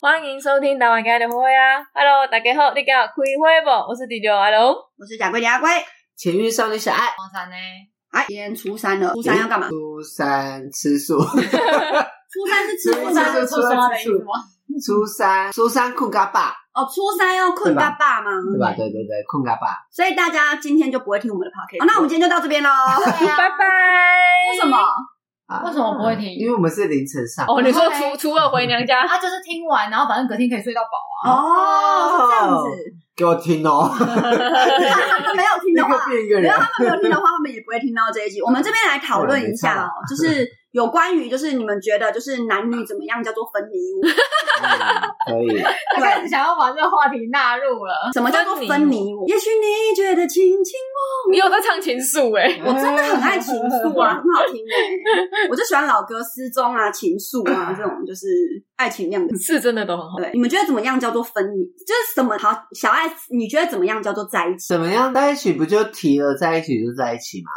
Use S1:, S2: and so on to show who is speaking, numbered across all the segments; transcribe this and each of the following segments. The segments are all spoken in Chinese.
S1: 欢迎收听台湾家的灰啊！Hello，大家好，你敢有开会不？我是迪丢阿龙。
S2: 我是贾桂林阿龟。
S3: 情欲少女小爱，
S2: 哎，今天初三了，初三要干嘛？
S3: 初三吃 素，
S2: 初三是
S3: 吃
S2: 初三
S3: 初三初三
S2: 的意思吗？
S3: 初三初三困嘎爸，
S2: 哦，初三要困
S3: 对吧
S2: 爸爸吗？
S3: 对吧？对对对，困嘎爸，
S2: 所以大家今天就不会听我们的 podcast。好，那我们哦今天就到这边喽。
S4: 啊
S1: 拜拜。
S2: 为什么？？
S3: 啊
S4: 为什么不会听
S3: 因为我们是凌晨上，
S1: 哦，你说
S4: 拜
S1: 初
S4: 拜
S1: 初二回娘家，
S4: 他啊就是听完，然后反正隔天可以睡到饱啊。
S2: 哦，是这样子。
S3: 给我听 哦，
S2: 如果他 们没有听
S3: 那
S2: 的话
S3: 个，边缘
S2: 如
S3: 人
S2: 果，他们没有听的话，他们也不会听到这一集。我们这边来讨论一下哦，就是有关于就是你们觉得就是男女怎么样叫做分离屋？
S3: 嗯可以，
S4: 他开始想要把这个话题纳入了。
S2: 什么叫做分离屋？也许你觉得轻轻
S1: 你有在唱情愫哎、
S2: 我真的很爱情愫啊， 很好听哎、 我就喜欢老歌《失踪》啊，《情愫》啊，这种就是爱情那样的。
S1: 是真的都很好。
S2: 对，你们觉得怎么样叫做分离？就是什么好？小爱，你觉得怎么样叫做在一起？
S3: 怎么样在一起不就提了在一起就在一起吗？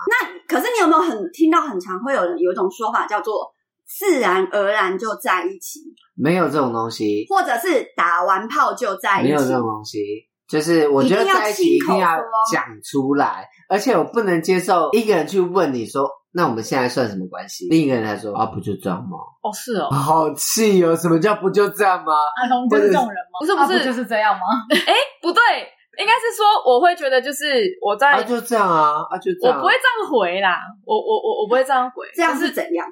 S2: 可是你有没有很听到很常会有人有一种说法叫做自然而然就在一起，
S3: 没有这种东西，
S2: 或者是打完炮就在一
S3: 没有这
S2: 起？
S3: 种东西。就是我觉得
S2: 一定要
S3: 在一起一定要
S2: 亲口说
S3: 讲出来，而且我不能接受一个人去问你说，那我们现在算什么关系？另一个人来说啊，不就这样吗？
S1: 哦，是哦，
S3: 好气哦！什么叫不就这样吗？
S4: 阿童就是这种人吗？
S1: 不是不是
S4: 啊就是这样吗？
S1: 不对，应该是说我会觉得就是我在，
S3: 啊，就这样啊，啊就这
S1: 哎我
S3: 样啊、
S1: 不会这样回啦，我我我我不会这样回，
S2: 这样
S1: 就是
S2: 是怎
S3: 啊
S2: 样？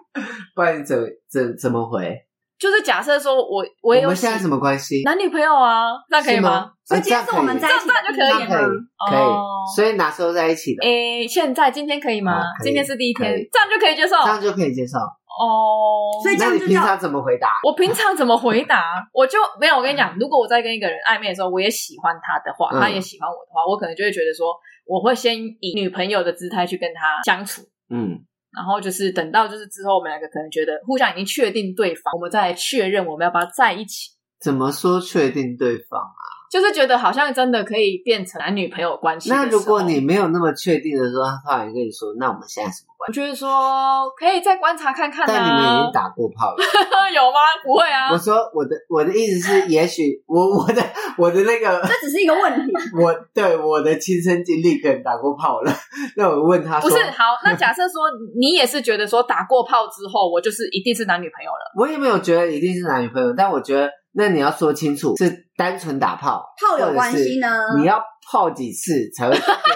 S3: 不然你怎怎怎么回？
S1: 就是假设说我我
S3: 我
S1: 也有
S3: 们现在
S1: 喜
S3: 什么关系？
S1: 男女朋友啊，那可以
S3: 是
S1: 吗？？
S2: 所以
S3: 啊
S2: 今天
S3: 这
S2: 是
S3: 样
S2: 我们
S3: 可
S2: 在
S3: 以
S2: 一起
S1: 这样这样
S3: 这
S1: 就
S3: 样
S1: 可以
S3: 可以
S1: 吗？
S3: 可
S1: 哦哎
S3: 以，所以哪时候在一起的？
S1: 诶，现在今天可以吗
S3: 好？可以
S1: 今天是第一天
S3: 可以，
S1: 这样就可以接受
S3: 这样就可以接受。
S1: 哦。
S2: 所以这
S3: 那
S2: 样
S3: 你
S2: 就
S3: 平
S2: 叫
S3: 常怎么回答？
S1: 我平常怎么回答？我就没有。我跟你讲，如果我在跟一个人暧昧的时候，我也喜欢他的话，
S3: 嗯
S1: 他也喜欢我的话，我可能就会觉得说，我会先以女朋友的姿态去跟他相处，
S3: 嗯，
S1: 然后就是等到就是之后我们两个可能觉得互相已经确定对方，我们再确认我们要不要在一起，
S3: 怎么说确定对方？啊
S1: 就是觉得好像真的可以变成男女朋友关系的时候。
S3: 那如果你没有那么确定的时候，他突然跟你说：“那我们现在什么关
S1: 我
S3: 系
S1: 就是说，可以再观察看？” 看
S3: 但你们已
S1: 啊
S3: 经。打过炮了。
S1: 有吗？不会啊
S3: 我。说我的我的意思是，也许我我的我的那个
S2: 这只是一个问题。
S3: 我对我的亲身经历可能打过炮了。那我问他
S1: 不
S3: 说：“嗯
S1: 是好，那假设说你也是觉得说打过炮之后，我就是一定是男女朋友了。
S3: 我也没有觉得一定是男女朋友，但我觉得那你要说清楚是单纯打炮，
S2: 炮友关系呢
S3: 或者是你要泡几次才会？
S2: 对对对对对对对对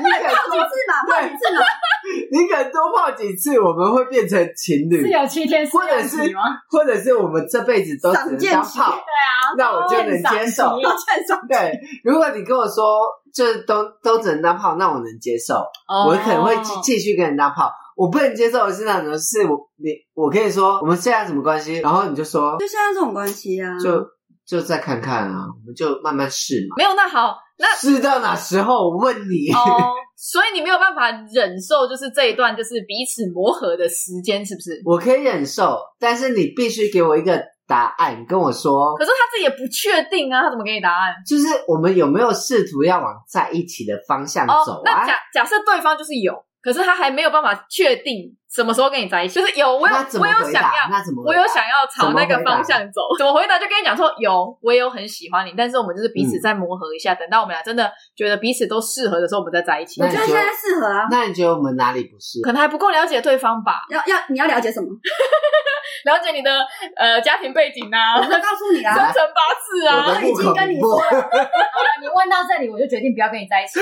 S2: 对，泡几次嘛，泡几次嘛。
S3: 你可能多泡几次，我们会变成情侣
S4: 是，啊有七天试用期吗？
S3: 或者是我们这辈子都只能
S2: 赏
S3: 当
S2: 见
S3: 炮
S2: 期，
S3: 对啊，那我就能接受。
S2: 抱歉，上
S3: 对，如果你跟我说就是都都只能当炮，那我能接受，
S1: 哦
S3: 我可能会继继续跟你当炮。我不能接受的是那种是我你我跟你说我们现在什么关系，然后你就说
S2: 就现在这种关系啊，
S3: 就就再看看啊，我们就慢慢试嘛。
S1: 没有那好那
S3: 试到哪时候？我问你，
S1: 哦，所以你没有办法忍受，就是这一段就是彼此磨合的时间，是不是？
S3: 我可以忍受，但是你必须给我一个答案，跟我说
S1: 可，是他自己也不确定啊，他怎么给你答案？
S3: 就是我们有没有试图要往在一起的方向
S1: 哦
S3: 走，
S1: 那
S3: 啊？
S1: 假假设对方就是有，可是他还没有办法确定什么时候跟你在一起，就是有我有
S3: 那怎
S1: 我
S3: 么
S1: 有
S3: 回
S1: 想
S3: 答？
S1: 要。
S3: 那怎么
S1: 我
S3: 回答？
S1: 有想要朝那个方向走，怎么回答就跟你讲说有，我也有很喜欢你，但是我们就是彼此
S3: 嗯
S1: 再磨合一下，等到我们俩真的觉得彼此都适合的时候，我们再在一起
S3: 那。
S2: 我觉得现在适合啊。
S3: 那你觉得我们哪里不是？
S1: 可能还不够了解对方吧，
S2: 要要你要了解什么？
S1: 了解你的呃家庭背景啊
S2: 我，都告诉你
S1: 生
S2: 啦、
S1: 辰八字啊，
S3: 我的户口
S2: 已经跟你
S3: 不
S2: 说了
S4: 好了，你问到这里，我就决定不要跟你在一起。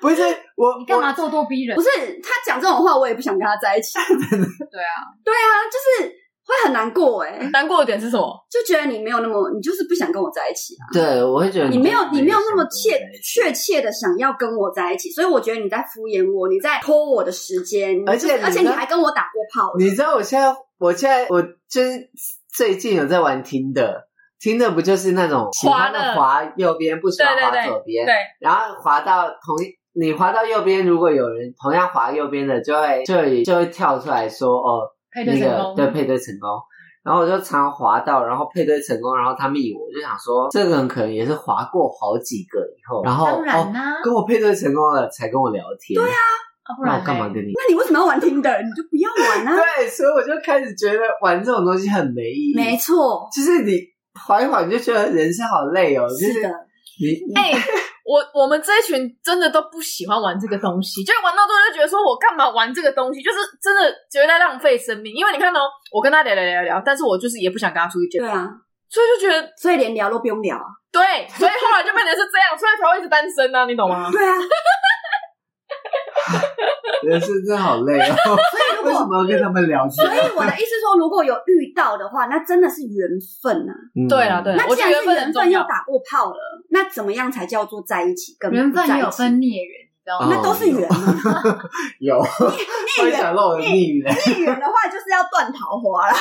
S3: 不是我，
S4: 你干
S3: 我？
S4: 嘛咄咄逼人
S2: 不？是他讲这种话，我也不想跟他在一起。
S4: 对啊，
S2: 对啊，就是会很难过哎、
S1: 难过的点是什么？
S2: 就觉得你没有那么，你就是不想跟我在一起啊。
S3: 对，我会觉得
S2: 你没有，你没有那么
S3: 切
S2: 切确切的想要跟我在一起，所以我觉得你在敷衍我，你在拖我的时间，
S3: 而且
S2: 就是而且
S3: 你
S2: 你
S3: 呢
S2: 还跟我打过炮，
S3: 哦你知道我现在，我现在我就是最近有在玩听的，听的不就是那种喜欢
S1: 滑
S3: 的
S1: 的
S3: 滑右边，不喜欢
S1: 对对
S3: 滑
S1: 对
S3: 左边，
S1: 对
S3: 然后滑到同一。你滑到右边，如果有人同样滑右边的，就会就会就会跳出来说哦，
S4: 配对
S3: 那
S4: 成
S3: 个
S4: 功。
S3: 对配对成功。然后我就常滑到，然后配对成功，然后他密我，我就想说这个人可能也是滑过好几个以后，然后哦
S4: 当然啦
S1: 哦
S3: 哦、跟我配对成功了才跟我聊天。对啊，
S1: 啊不
S3: 那
S1: 然
S3: 我干嘛
S1: 嘞
S3: 跟你？
S2: 那你为什么要玩 Tinder？你就不要玩啊！
S3: 对，所以我就开始觉得玩这种东西很没意义。
S2: 没错，
S3: 就是你缓一缓，你就觉得人生好累哦。就是是
S2: 的，
S3: 你
S1: 哎、我我们这一群真的都不喜欢玩这个东西，就是玩到最后就觉得说我干嘛玩这个东西，就是真的觉得在浪费生命。因为你看哦，我跟他聊聊聊聊，但是我就是也不想跟他出去见
S2: 对
S1: 面，
S2: 啊，
S1: 所以就觉得
S2: 所以连聊都不用聊啊。
S1: 对，所以后来就变成是这样，所以才会一直单身啊，你懂吗？
S2: 对啊，
S3: 人生真的好累哦。
S2: 如果
S3: 为什么要跟他们聊天？
S2: 所以我的意思说，如果有遇到的话，那真的是缘分啊。
S3: 嗯
S1: 对啦对啦
S2: 那
S1: 我
S2: 既
S1: 觉
S2: 然
S1: 得
S2: 是
S1: 缘
S2: 缘
S1: 分
S2: 分
S1: 很重
S2: 又
S1: 要
S2: 打过炮了，那怎么样才叫做在一起？跟
S4: 缘
S2: 不在
S4: 分
S2: 一
S4: 有
S2: 起，
S4: 分孽缘，你知
S3: 哦
S4: 道
S1: 哦
S4: 吗？
S2: 那都是缘啊。
S3: 有，
S2: 孽
S3: 分
S2: 缘
S3: 享漏了逆语嘞。
S2: 孽缘的话，就是要断桃花啦。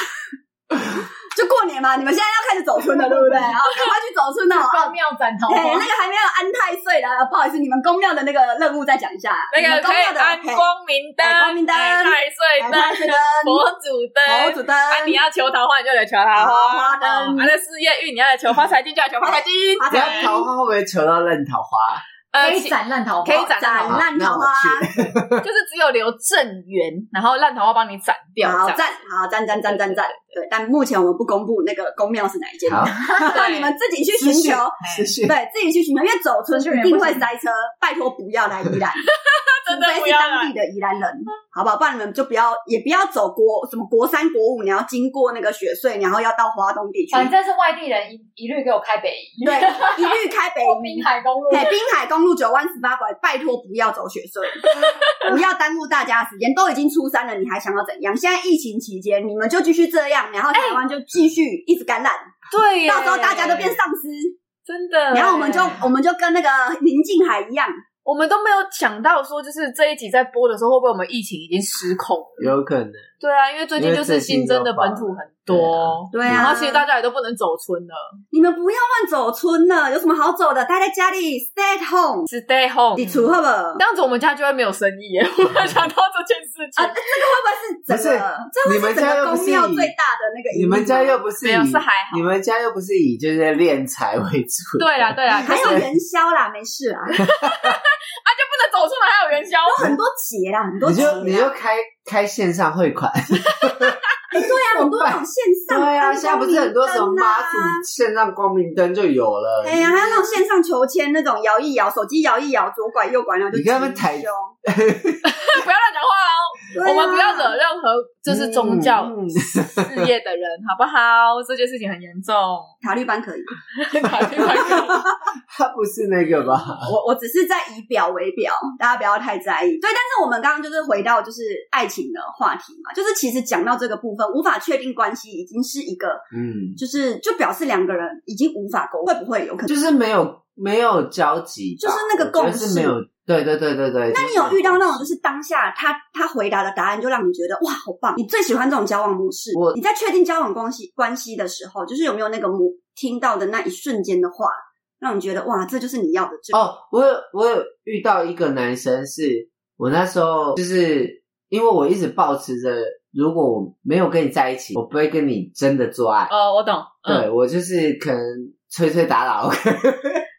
S2: 就过年嘛，你们现在要开始走春了，对不对？然后赶快去走春哦。
S4: 逛庙斩桃
S2: 哎、那
S4: 花，
S2: 个还没有安太岁的，不好意思，你们公庙的那个任务再讲一下。
S1: 那
S2: 你
S1: 个
S2: 们公
S1: 可
S2: 庙
S1: 以
S2: 的
S1: 安
S2: 嘿
S1: 光明灯、
S2: 哎光明灯
S1: 哎太
S2: 哎太
S1: 岁
S2: 岁
S1: 灯
S2: 灯、
S1: 佛祖
S2: 佛
S1: 灯。
S2: 祖灯，
S1: 啊，你要求桃花，你就来求桃花；
S2: 桃花灯
S1: 哦啊，那事业运，你要来求发财金，就来求发财金。
S2: 发
S3: 你要
S2: 财
S3: 桃花会不会求到烂桃花？
S1: 呃
S4: 可以斩烂桃花，
S1: 可以斩
S2: 斩烂
S3: 那
S2: 桃
S3: 我
S2: 花，
S1: 就是只有留正缘，然后烂桃花帮你斩掉。
S2: 好
S1: 这样
S2: 赞，好赞赞赞赞赞。对，但目前我们不公布那个公庙是哪一间，
S3: 好，
S1: 对
S2: 你们自己去寻
S3: 私讯
S2: 求，
S3: 私讯
S2: 对自己去寻求，因为走村
S4: 私讯也
S2: 一
S4: 不
S2: 定会
S4: 行
S2: 塞车，拜托不要来宜兰，
S1: 真的
S2: 除非
S1: 不
S2: 是
S1: 要
S2: 当
S1: 来
S2: 地的宜兰人，好不好？不然你们就不要，也不要走国什么国三国五，你要经过那个雪穗，然后要到华东地区，
S4: 反正是外地人，一一律给我开北移，
S2: 对，一律开北
S4: 过
S2: 移
S4: 滨海公路，
S2: 对，滨海公路九弯十八拐，拜托不要走雪隧，不要耽误大家的时间。都已经初三了，你还想要怎样？现在疫情期间，你们就继续这样，然后台湾就继续一直感染，
S1: 对耶，
S2: 到时候大家都变丧尸，
S1: 真的耶。
S2: 然后我们就我们就跟那个宁静海一样，
S1: 我们都没有想到说，就是这一集在播的时候，会不会我们疫情已经失控了？
S3: 有可能。
S1: 对啊，因为最近就是新增的本土很多，
S2: 对
S1: 然
S2: 啊
S1: 后其实，大家也都不能走村了
S2: 你们不要乱走村了，有什么好走的？待在家里，stay at home，
S1: ，stay home，
S2: 你出好不好？
S1: 这样子我们家就会没有生意耶。我没有想到这件事
S2: 啊
S1: 情，
S2: 这个会不会是整个？这会
S3: 你们
S2: 是整
S3: 家
S2: 个
S3: 又不
S2: 公
S3: 是
S2: 庙
S3: 以
S2: 最大的那个一幕吗？
S3: 你们家又不是
S1: 没
S3: 以
S1: 有是还好
S3: 你们家又不是以就是练财为主。
S1: 对啦对啊啦，可
S2: 还
S1: 是
S2: 有元宵啦，没事啦，
S1: 不能走村了，还有元宵，
S2: 有很多节啦，很多啊
S3: 你
S2: 节啦。
S3: 就你就开开线上汇款，
S2: 对啊，很多那种线上
S3: 对啊，
S2: 按
S3: 现在不是很多什么妈祖线上光明灯就有了
S2: 光明灯啊。啊哎呀，还有那种线上求签，那种摇一摇，手机摇一摇，左拐右拐，然后就
S3: 你看他们
S2: 吉
S3: 台
S2: 凶
S1: 不要乱讲话哦。
S2: 对啊
S1: 我们不要惹任何就是宗教
S3: 嗯
S1: 事业的人，好不好？这件事情很严重。
S2: 塔绿班可以，
S3: 它不是那个吧？
S2: 我我只是在以表为表，大家不要太在意。对，但是我们刚刚就是回到就是爱情的话题嘛，就是其实讲到这个部分，无法确定关系已经是一个，
S3: 嗯，
S2: 就是就表示两个人已经无法沟，会不会有可能？
S3: 就是没有没有交集吧，
S2: 就是那个共识
S3: 我觉得是没有。对对对对对。
S2: 那你有遇到那种就是当下他他回答的答案就让你觉得哇好棒，你最喜欢这种交往模式？
S3: 我
S2: 你在确定交往关系关系的时候，就是有没有那个模听到的那一瞬间的话，让你觉得哇这就是你要的这个？
S3: 哦，我有我有遇到一个男生是，我那时候就是因为我一直保持着，如果我没有跟你在一起，我不会跟你真的做爱。
S1: 哦，我懂。嗯，
S3: 对我就是可能吹吹打打，我可能，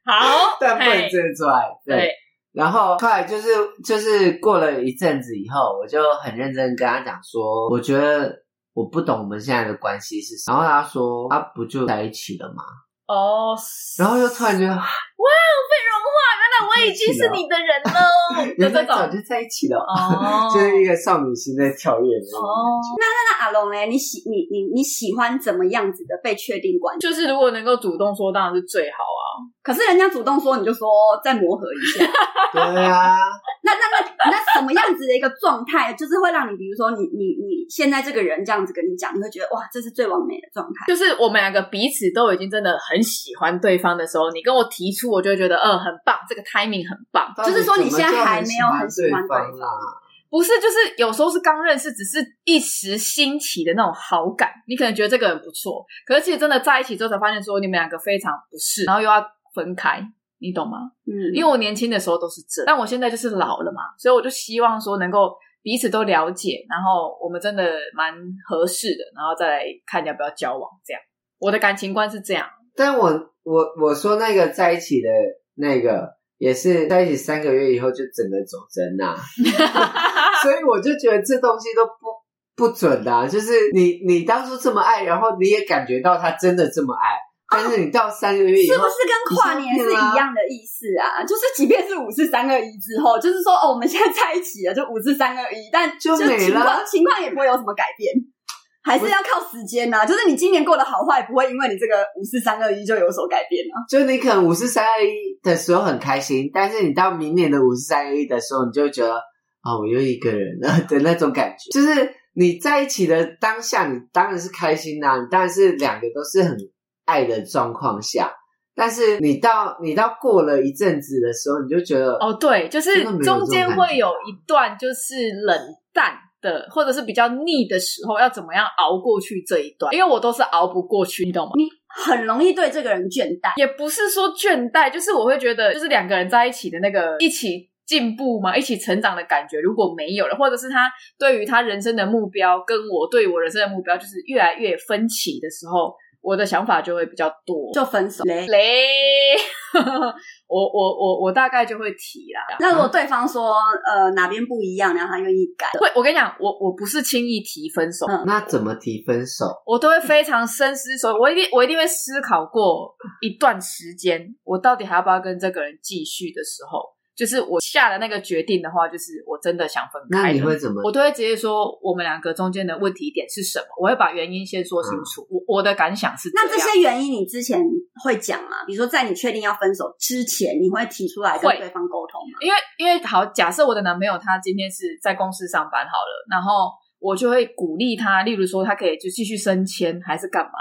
S1: 好
S3: 但不能
S1: 嘿
S3: 真的做爱。对
S1: 对，
S3: 然后后来就是就是过了一阵子以后，我就很认真地跟他讲说，我觉得我不懂我们现在的关系是什么。然后他说，他、不就在一起了吗？
S1: 哦，
S3: 然后又 突然觉得，啊
S1: 被融化，原来我已经是你的人喽，就
S3: 原
S1: 这
S3: 来早
S1: 种。
S3: 就在一起了，
S1: 哦
S3: 就是一个少女心在跳跃的那种
S2: 哦
S3: 感觉。
S2: 那阿龙呢？你喜你你你喜欢怎么样子的被确定关系？
S1: 就是如果能够主动说，当然是最好啊。
S2: 可是人家主动说，你就说哦再磨合一下。
S3: 对啊，
S2: 那那那那什么样子的一个状态，就是会让你比如说你你你现在这个人这样子跟你讲，你会觉得哇这是最完美的状态。
S1: 就是我们两个彼此都已经真的很喜欢对方的时候，你跟我提出，我就会觉得，嗯，很棒，这个 timing 很棒。
S2: 就是说你现在还
S3: 到底
S2: 没
S3: 怎
S2: 有
S3: 么
S2: 很
S3: 就
S2: 喜欢对方
S3: 很对方啊。
S1: 不是，就是有时候是刚认识，只是一时兴起的那种好感。你可能觉得这个人不错，可是其实真的在一起之后才发现，说你们两个非常不适，然后又要分开，你懂吗？
S2: 嗯，
S1: 因为我年轻的时候都是这样，但我现在就是老了嘛，所以我就希望说能够彼此都了解，然后我们真的蛮合适的，然后再来看要不要交往。这样，我的感情观是这样。
S3: 但我我我说那个在一起的那个，也是在一起三个月以后就整个走 针呐、所以我就觉得这东西都不不准的、啊，就是你你当初这么爱，然后你也感觉到他真的这么爱，但是你到三个月以
S2: 是
S3: 后，
S2: 不是跟跨年是一样的意思啊？就是即便是五四三二一之后，就是说哦，我们现在在一起了，就五四三二一，但
S3: 就没了
S2: 情况情况也不会有什么改变，还是要靠时间呐、就是你今年过得好坏，不会因为你这个五四三二一就有所改变啊。
S3: 就你可能五四三二一的时候很开心，但是你到明年的五四三二一的时候，你就会觉得啊、我又一个人了的那种感觉。 就是你在一起的当下，你当然是开心啦、你当然是两个都是很爱的状况下，但是你到你到过了一阵子的时候，你就觉得
S4: 哦，对，就是中间会有一段就是冷淡的，或者是比较腻的时候，要怎么样熬过去这一段？因为我都是熬不过去，你懂吗？
S2: 很容易对这个人倦怠，
S4: 也不是说倦怠，就是我会觉得，就是两个人在一起的那个一起进步嘛，一起成长的感觉，如果没有了，或者是他对于他人生的目标跟我对我人生的目标就是越来越分歧的时候，我的想法就会比较多。
S2: 就分手嘞。
S4: 雷， 我我我我大概就会提啦，
S2: 那如
S3: 嗯
S2: 果对方说呃哪边不一样，然后他愿意改，
S4: 会我跟你讲，我我不是轻易提分手，
S2: 嗯，
S3: 那怎么提分手？
S4: 我都会非常深思所以我一定我一定会思考过一段时间，我到底还要不要跟这个人继续的时候，就是我下了那个决定的话，就是我真的想分
S3: 那
S4: 开
S3: 你
S4: 了。
S3: 会怎么？
S4: 我都会直接说我们两个中间的问题点是什么，我会把原因先说清楚。我我的感想是
S2: 那
S4: 这
S2: 这
S4: 样
S2: 些原因你之前会讲吗？比如说在你确定要分手之前，你会提出来跟
S4: 会
S2: 对方沟通吗？
S4: 因为因为好，假设我的男朋友他今天是在公司上班好了，然后我就会鼓励他，例如说他可以就继续升迁还是干嘛，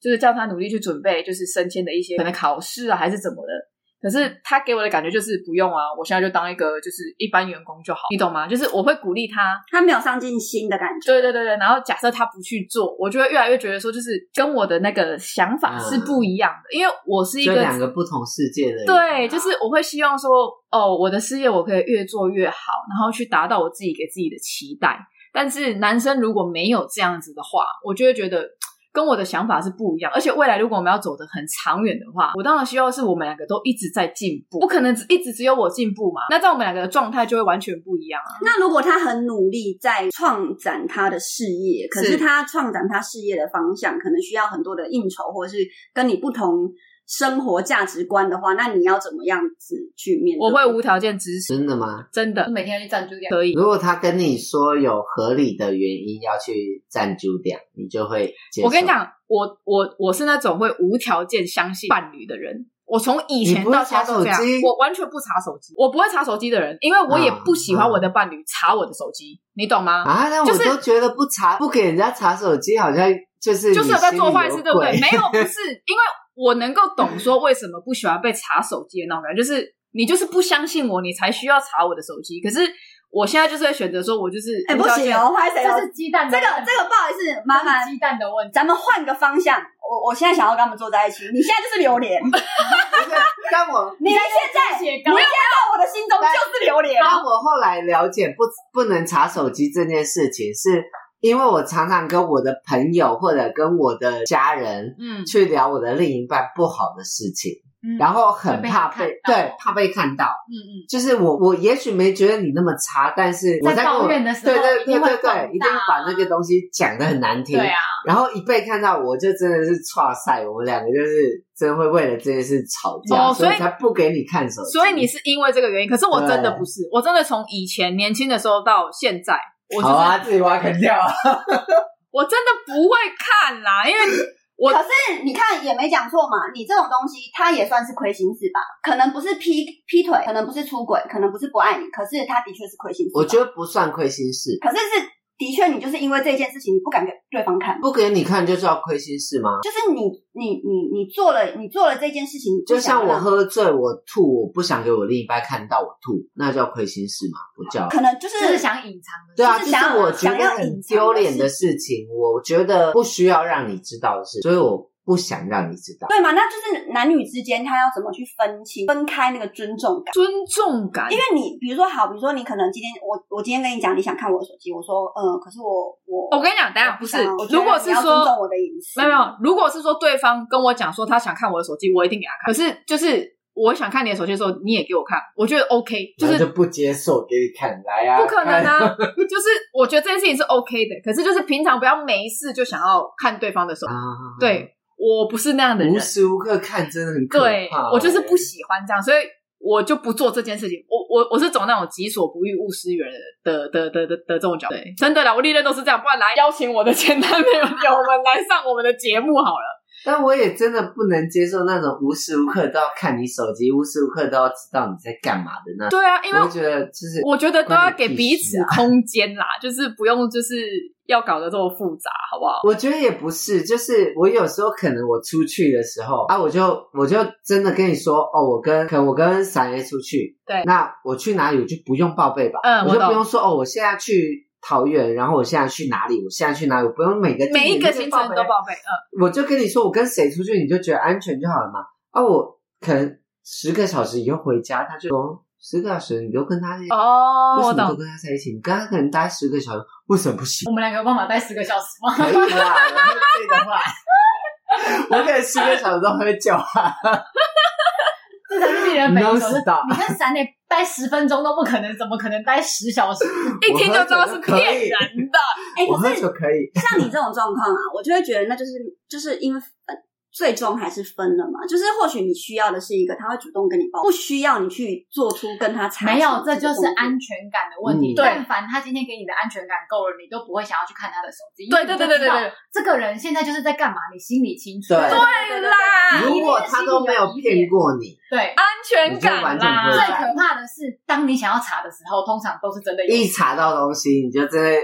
S4: 就是叫他努力去准备，就是升迁的一些可能考试啊还是怎么的。可是他给我的感觉就是不用啊，我现在就当一个就是一般员工就好，你懂吗？就是我会鼓励他，
S2: 他没有上进心的感觉，
S4: 对对对对。然后假设他不去做，我就会越来越觉得说，就是跟我的那个想法是不一样的，因为我是一
S3: 嗯就
S4: 个
S3: 两个不同世界的人，
S4: 对，就是我会希望说，哦，我的事业我可以越做越好，然后去达到我自己给自己的期待。但是男生如果没有这样子的话，我就会觉得跟我的想法是不一样。而且未来如果我们要走得很长远的话，我当然希望是我们两个都一直在进步，不可能只一直只有我进步嘛。那这样我们两个的状态就会完全不一样啊。
S2: 那如果他很努力在创展他的事业，可是
S4: 是
S2: 他创展他事业的方向可能需要很多的应酬，或者是跟你不同生活价值观的话，那你要怎么样子去面对？
S4: 我会无条件支持，
S3: 真的吗？
S4: 真的
S1: 就每天要去站住点。
S4: 可以。
S3: 如果他跟你说有合理的原因要去占酒点，你就会接受。
S4: 我跟你，讲，我我我是那种会无条件相信伴侣的人。我从以前
S3: 你不会
S4: 到现在都这样
S3: 查手机，
S4: 我完全不查手机，我不会查手机的人，因为我也不喜欢我的伴侣查我的手机，你懂吗？
S3: 啊，那我
S4: 就是
S3: 都觉得不查、不给人家查手机，好像就是
S4: 就是
S3: 你
S4: 有在
S3: 心里
S4: 做坏事，对不对？
S3: 鬼
S4: 没有，不是，因为我能够懂说为什么不喜欢被查手机的那种感觉，就是你就是不相信我，你才需要查我的手机。可是我现在就是会选择说，我就是
S2: 哎、不行哦，拍谁
S1: 这
S2: 哦？
S1: 是鸡蛋的
S2: 这个
S1: 问题，
S2: 这个不好意思，麻
S1: 这
S2: 烦
S1: 是鸡蛋的问题。
S2: 咱们换个方向。我我现在想要跟他们坐在一起，你现在就是榴莲，你
S3: 不是但我
S2: 现在，
S1: 写
S2: 你
S1: 高
S2: 现在到我的心中就是榴莲。
S3: 但我后来了解不不能查手机这件事情，是因为我常常跟我的朋友或者跟我的家人
S4: 嗯，
S3: 去聊我的另一半不好的事情，
S1: 嗯
S3: 然后很怕
S1: 会被他看到
S3: 对怕被看到。
S4: 嗯嗯，
S3: 就是我，我也许没觉得你那么差，但是我
S1: 在
S3: 跟我
S1: 抱怨的时候
S3: 对对
S1: 一
S3: 对
S1: 定会
S3: 对
S1: 放大
S3: 对，一定把那个东西讲的很难听。
S1: 对啊，
S3: 然后一被看到，我就真的是哇塞，我们两个就是真会为了这件事吵架，
S4: 哦所以
S3: 以才不给你看手机。
S4: 所以你是因为这个原因，可是我真的
S3: 对
S4: 不是，我真的从以前年轻的时候到现在，我就是、
S3: 好啊，自己挖坑跳啊，
S4: 我真的不会看 啦，因为我
S2: 可是你看也没讲错嘛，你这种东西它也算是亏心事吧？可能不是劈劈腿，可能不是出轨，可能不是不爱你，可是他的确是亏心事吧。
S3: 我觉得不算亏心事，
S2: 可是是的确，你就是因为这件事情，你不敢给对方看，
S3: 不给你看就叫亏心事吗？
S2: 就是你你你你做了你做了这件事情，你不
S3: 就像
S2: 想
S3: 我
S2: 让，
S3: 喝醉，我吐，我不想给我另一半看到我吐，那叫亏心事吗？不叫。
S2: 可能就是
S1: 就是想隐藏的。
S3: 对啊，
S2: 就
S3: 就是是
S2: 想
S3: 我觉
S2: 想要
S3: 得很
S2: 隐藏的
S3: 丢脸的
S2: 事
S3: 事情，我觉得不需要让你知道的事，所以我不想让你知道。
S2: 对嘛？那就是男女之间他要怎么去分清、分开那个尊重感。
S4: 尊重感
S2: 因，为你比如说好，比如说你可能今天我我今天跟你讲你想看我的手机，我说呃，可是我我
S4: 我跟你讲，等一
S2: 我
S4: 下不
S2: 不
S4: 是
S2: 想啊我，觉得
S4: 如果是
S2: 你要尊重我
S4: 说
S2: 的隐私，
S4: 没有没有，如果是说对方跟我讲说他想看我的手机，我一定给他看。可是就是
S1: 我想看你的手机的时候，你也给我看，我觉得 OK，就
S3: 就是是不接受给你看，来啊，
S1: 不可能
S3: 看，
S1: 啊！就是我觉得这件事情是 OK 的，可是就是平常不要没事就想要看对方的手机。
S3: 啊，
S1: 对我不是那样的人
S3: 无，时无刻看真的很可怕
S1: 对
S3: 欸，
S1: 我就是不喜欢这样，所以我就不做这件事情。我我我是走那种己所不欲，勿施于人的的的的的这种角度。对，真的啦，我历任都是这样。不然来邀请我的前男朋友友 们来上我们的节目好了。
S3: 但我也真的不能接受那种无时无刻都要看你手机，无时无刻都要知道你在干嘛的那种。
S1: 对啊，因为
S3: 我会觉得就是，
S1: 我觉得都要给彼此
S3: 关你屁事啊
S1: 空间啦，就是不用就是要搞得这么复杂，好不好？
S3: 我觉得也不是，就是我有时候可能我出去的时候啊，我就我就真的跟你说哦，我跟可能我跟闪爷出去，
S1: 对
S3: 那我去哪里我就不用报备吧，
S1: 嗯
S3: 我
S1: 我
S3: 就
S1: 懂
S3: 不用说哦，我现在去桃园，然后我现在去哪里，我现在去哪里，我不用每个地
S1: 每一
S3: 点
S1: 个
S3: 那些
S1: 行程都
S3: 备
S1: 报备，嗯，
S3: 我就跟你说，我跟谁出去，你就觉得安全就好了嘛。啊，我可能十个小时以后回家，他就说十个小时你都跟他在一起，
S1: 哦，
S3: 为
S1: 我
S3: 什么
S1: 懂
S3: 都。跟他在一起？你跟他可能待十个小时，为什么不行？
S4: 我们两个有办法待十个小时吗？
S3: 可以啦，我会醉的话，我可能十个小时都喝酒啊，
S4: 这才是令人匪夷
S3: 能
S4: 所思
S3: 死。的。
S4: 你跟闪磊待十分钟都不可能，怎么可能待十小时？
S1: 一听就知道是骗人的，
S2: 哎、
S3: 我
S2: 可
S3: 喝
S2: 是
S3: 酒可以，
S2: 像你这种状况啊，我就会觉得那就是就是因为分，最终还是分了嘛。就是或许你需要的是一个他会主动跟你报，不需要你去做出跟他查
S4: 没有，
S2: 这
S4: 这就是安全感的问题。
S3: 嗯对
S4: 但凡他今天给你的安全感够了，你都不会想要去看他的手机。
S1: 对对对对对对，
S4: 这个人现在就是在干嘛，你心里清楚。
S3: 对
S4: 对对
S1: 啦
S3: 如果他都没有骗过你，
S4: 对。
S1: 安全感
S3: 你就完全不
S4: 最
S3: 会
S1: 啦。
S4: 可怕的是，当你想要查的时候，通常都是真的有。
S3: 一查到东西你就真的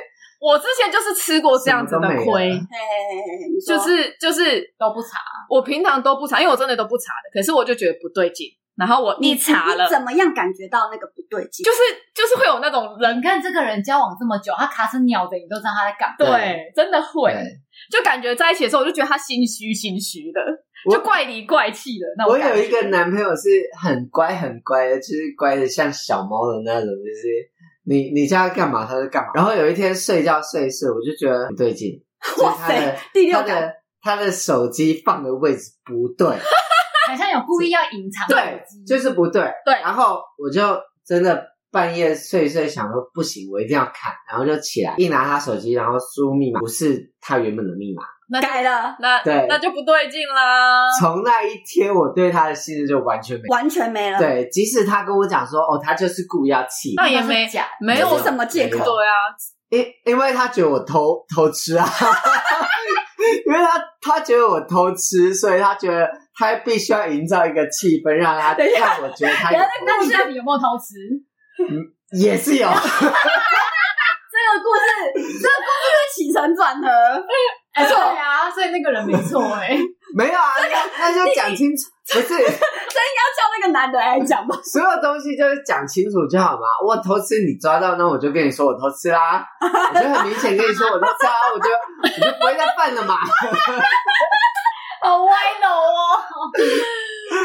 S1: 我之前就是吃过这样子的
S3: 什么都没
S1: 亏
S2: 嘿嘿嘿
S3: 了，
S2: 哎嘿你说
S1: 就是就是
S4: 都不查，
S1: 我平常都不查，因为我真的都不查的。可是我就觉得不对劲，然后我一查了
S2: 你，怎么样感觉到那个不对劲？
S1: 就是就是会有那种人
S4: 你看这个人交往这么久，他卡成鸟的，你都知道他在干嘛。
S1: 对，
S3: 对
S1: 真的会，
S3: 对
S1: 就感觉在一起的时候，我就觉得他心虚心虚的，
S3: 我
S1: 就怪里怪气的那种
S3: 我
S1: 感觉。
S3: 有一个男朋友是很乖很乖的，就是乖的像小猫的那种，就是你你叫他干嘛他就干嘛。然后有一天睡觉睡一睡，我就觉得不对劲，就是
S2: 哇
S3: 他的
S2: 塞，第
S3: 他
S2: 六感，
S3: 的他的手机放的位置不 对，
S4: 好像有故意要隐藏手
S3: 对
S4: 机。，
S3: 就是不对。
S1: 对
S3: 然后我就真的半夜睡一睡，想说不行，我一定要看，然后就起来一拿他手机，然后输入密码不是他原本的密码。
S2: 改了，
S1: 那
S3: 对
S1: 那就不对劲啦。
S3: 从那一天，我对他的信任就完全没。
S2: 完全没了。，
S3: 对，即使他跟我讲说，哦，他就是故意要气，
S1: 那也
S4: 是
S1: 没
S4: 假的。
S1: 没有
S2: 这是什么借口
S3: 没有
S1: 对啊，
S3: 因因为他觉得我偷偷吃啊， 因为他他觉得我偷吃，所以他觉得他必须要营造一个气氛，让他
S2: 等一下
S3: 让我觉得他有
S2: 等一下
S4: 那你到底有没有偷吃？
S3: 也是有，
S2: 这个故事，这个故事是起承转合，
S4: 哎，
S2: 没
S4: 对
S2: 错
S4: 啊，所以那个人没错哎。
S3: 没有啊？那那就讲清楚，不是
S2: 要叫那个男的来讲吧。
S3: 所有东西就是讲清楚就好嘛。我偷吃你抓到，那我就跟你说我偷吃啦，我就很明显跟你说我偷吃啊，我就我就不会再犯了嘛。
S4: 好歪脑 哦！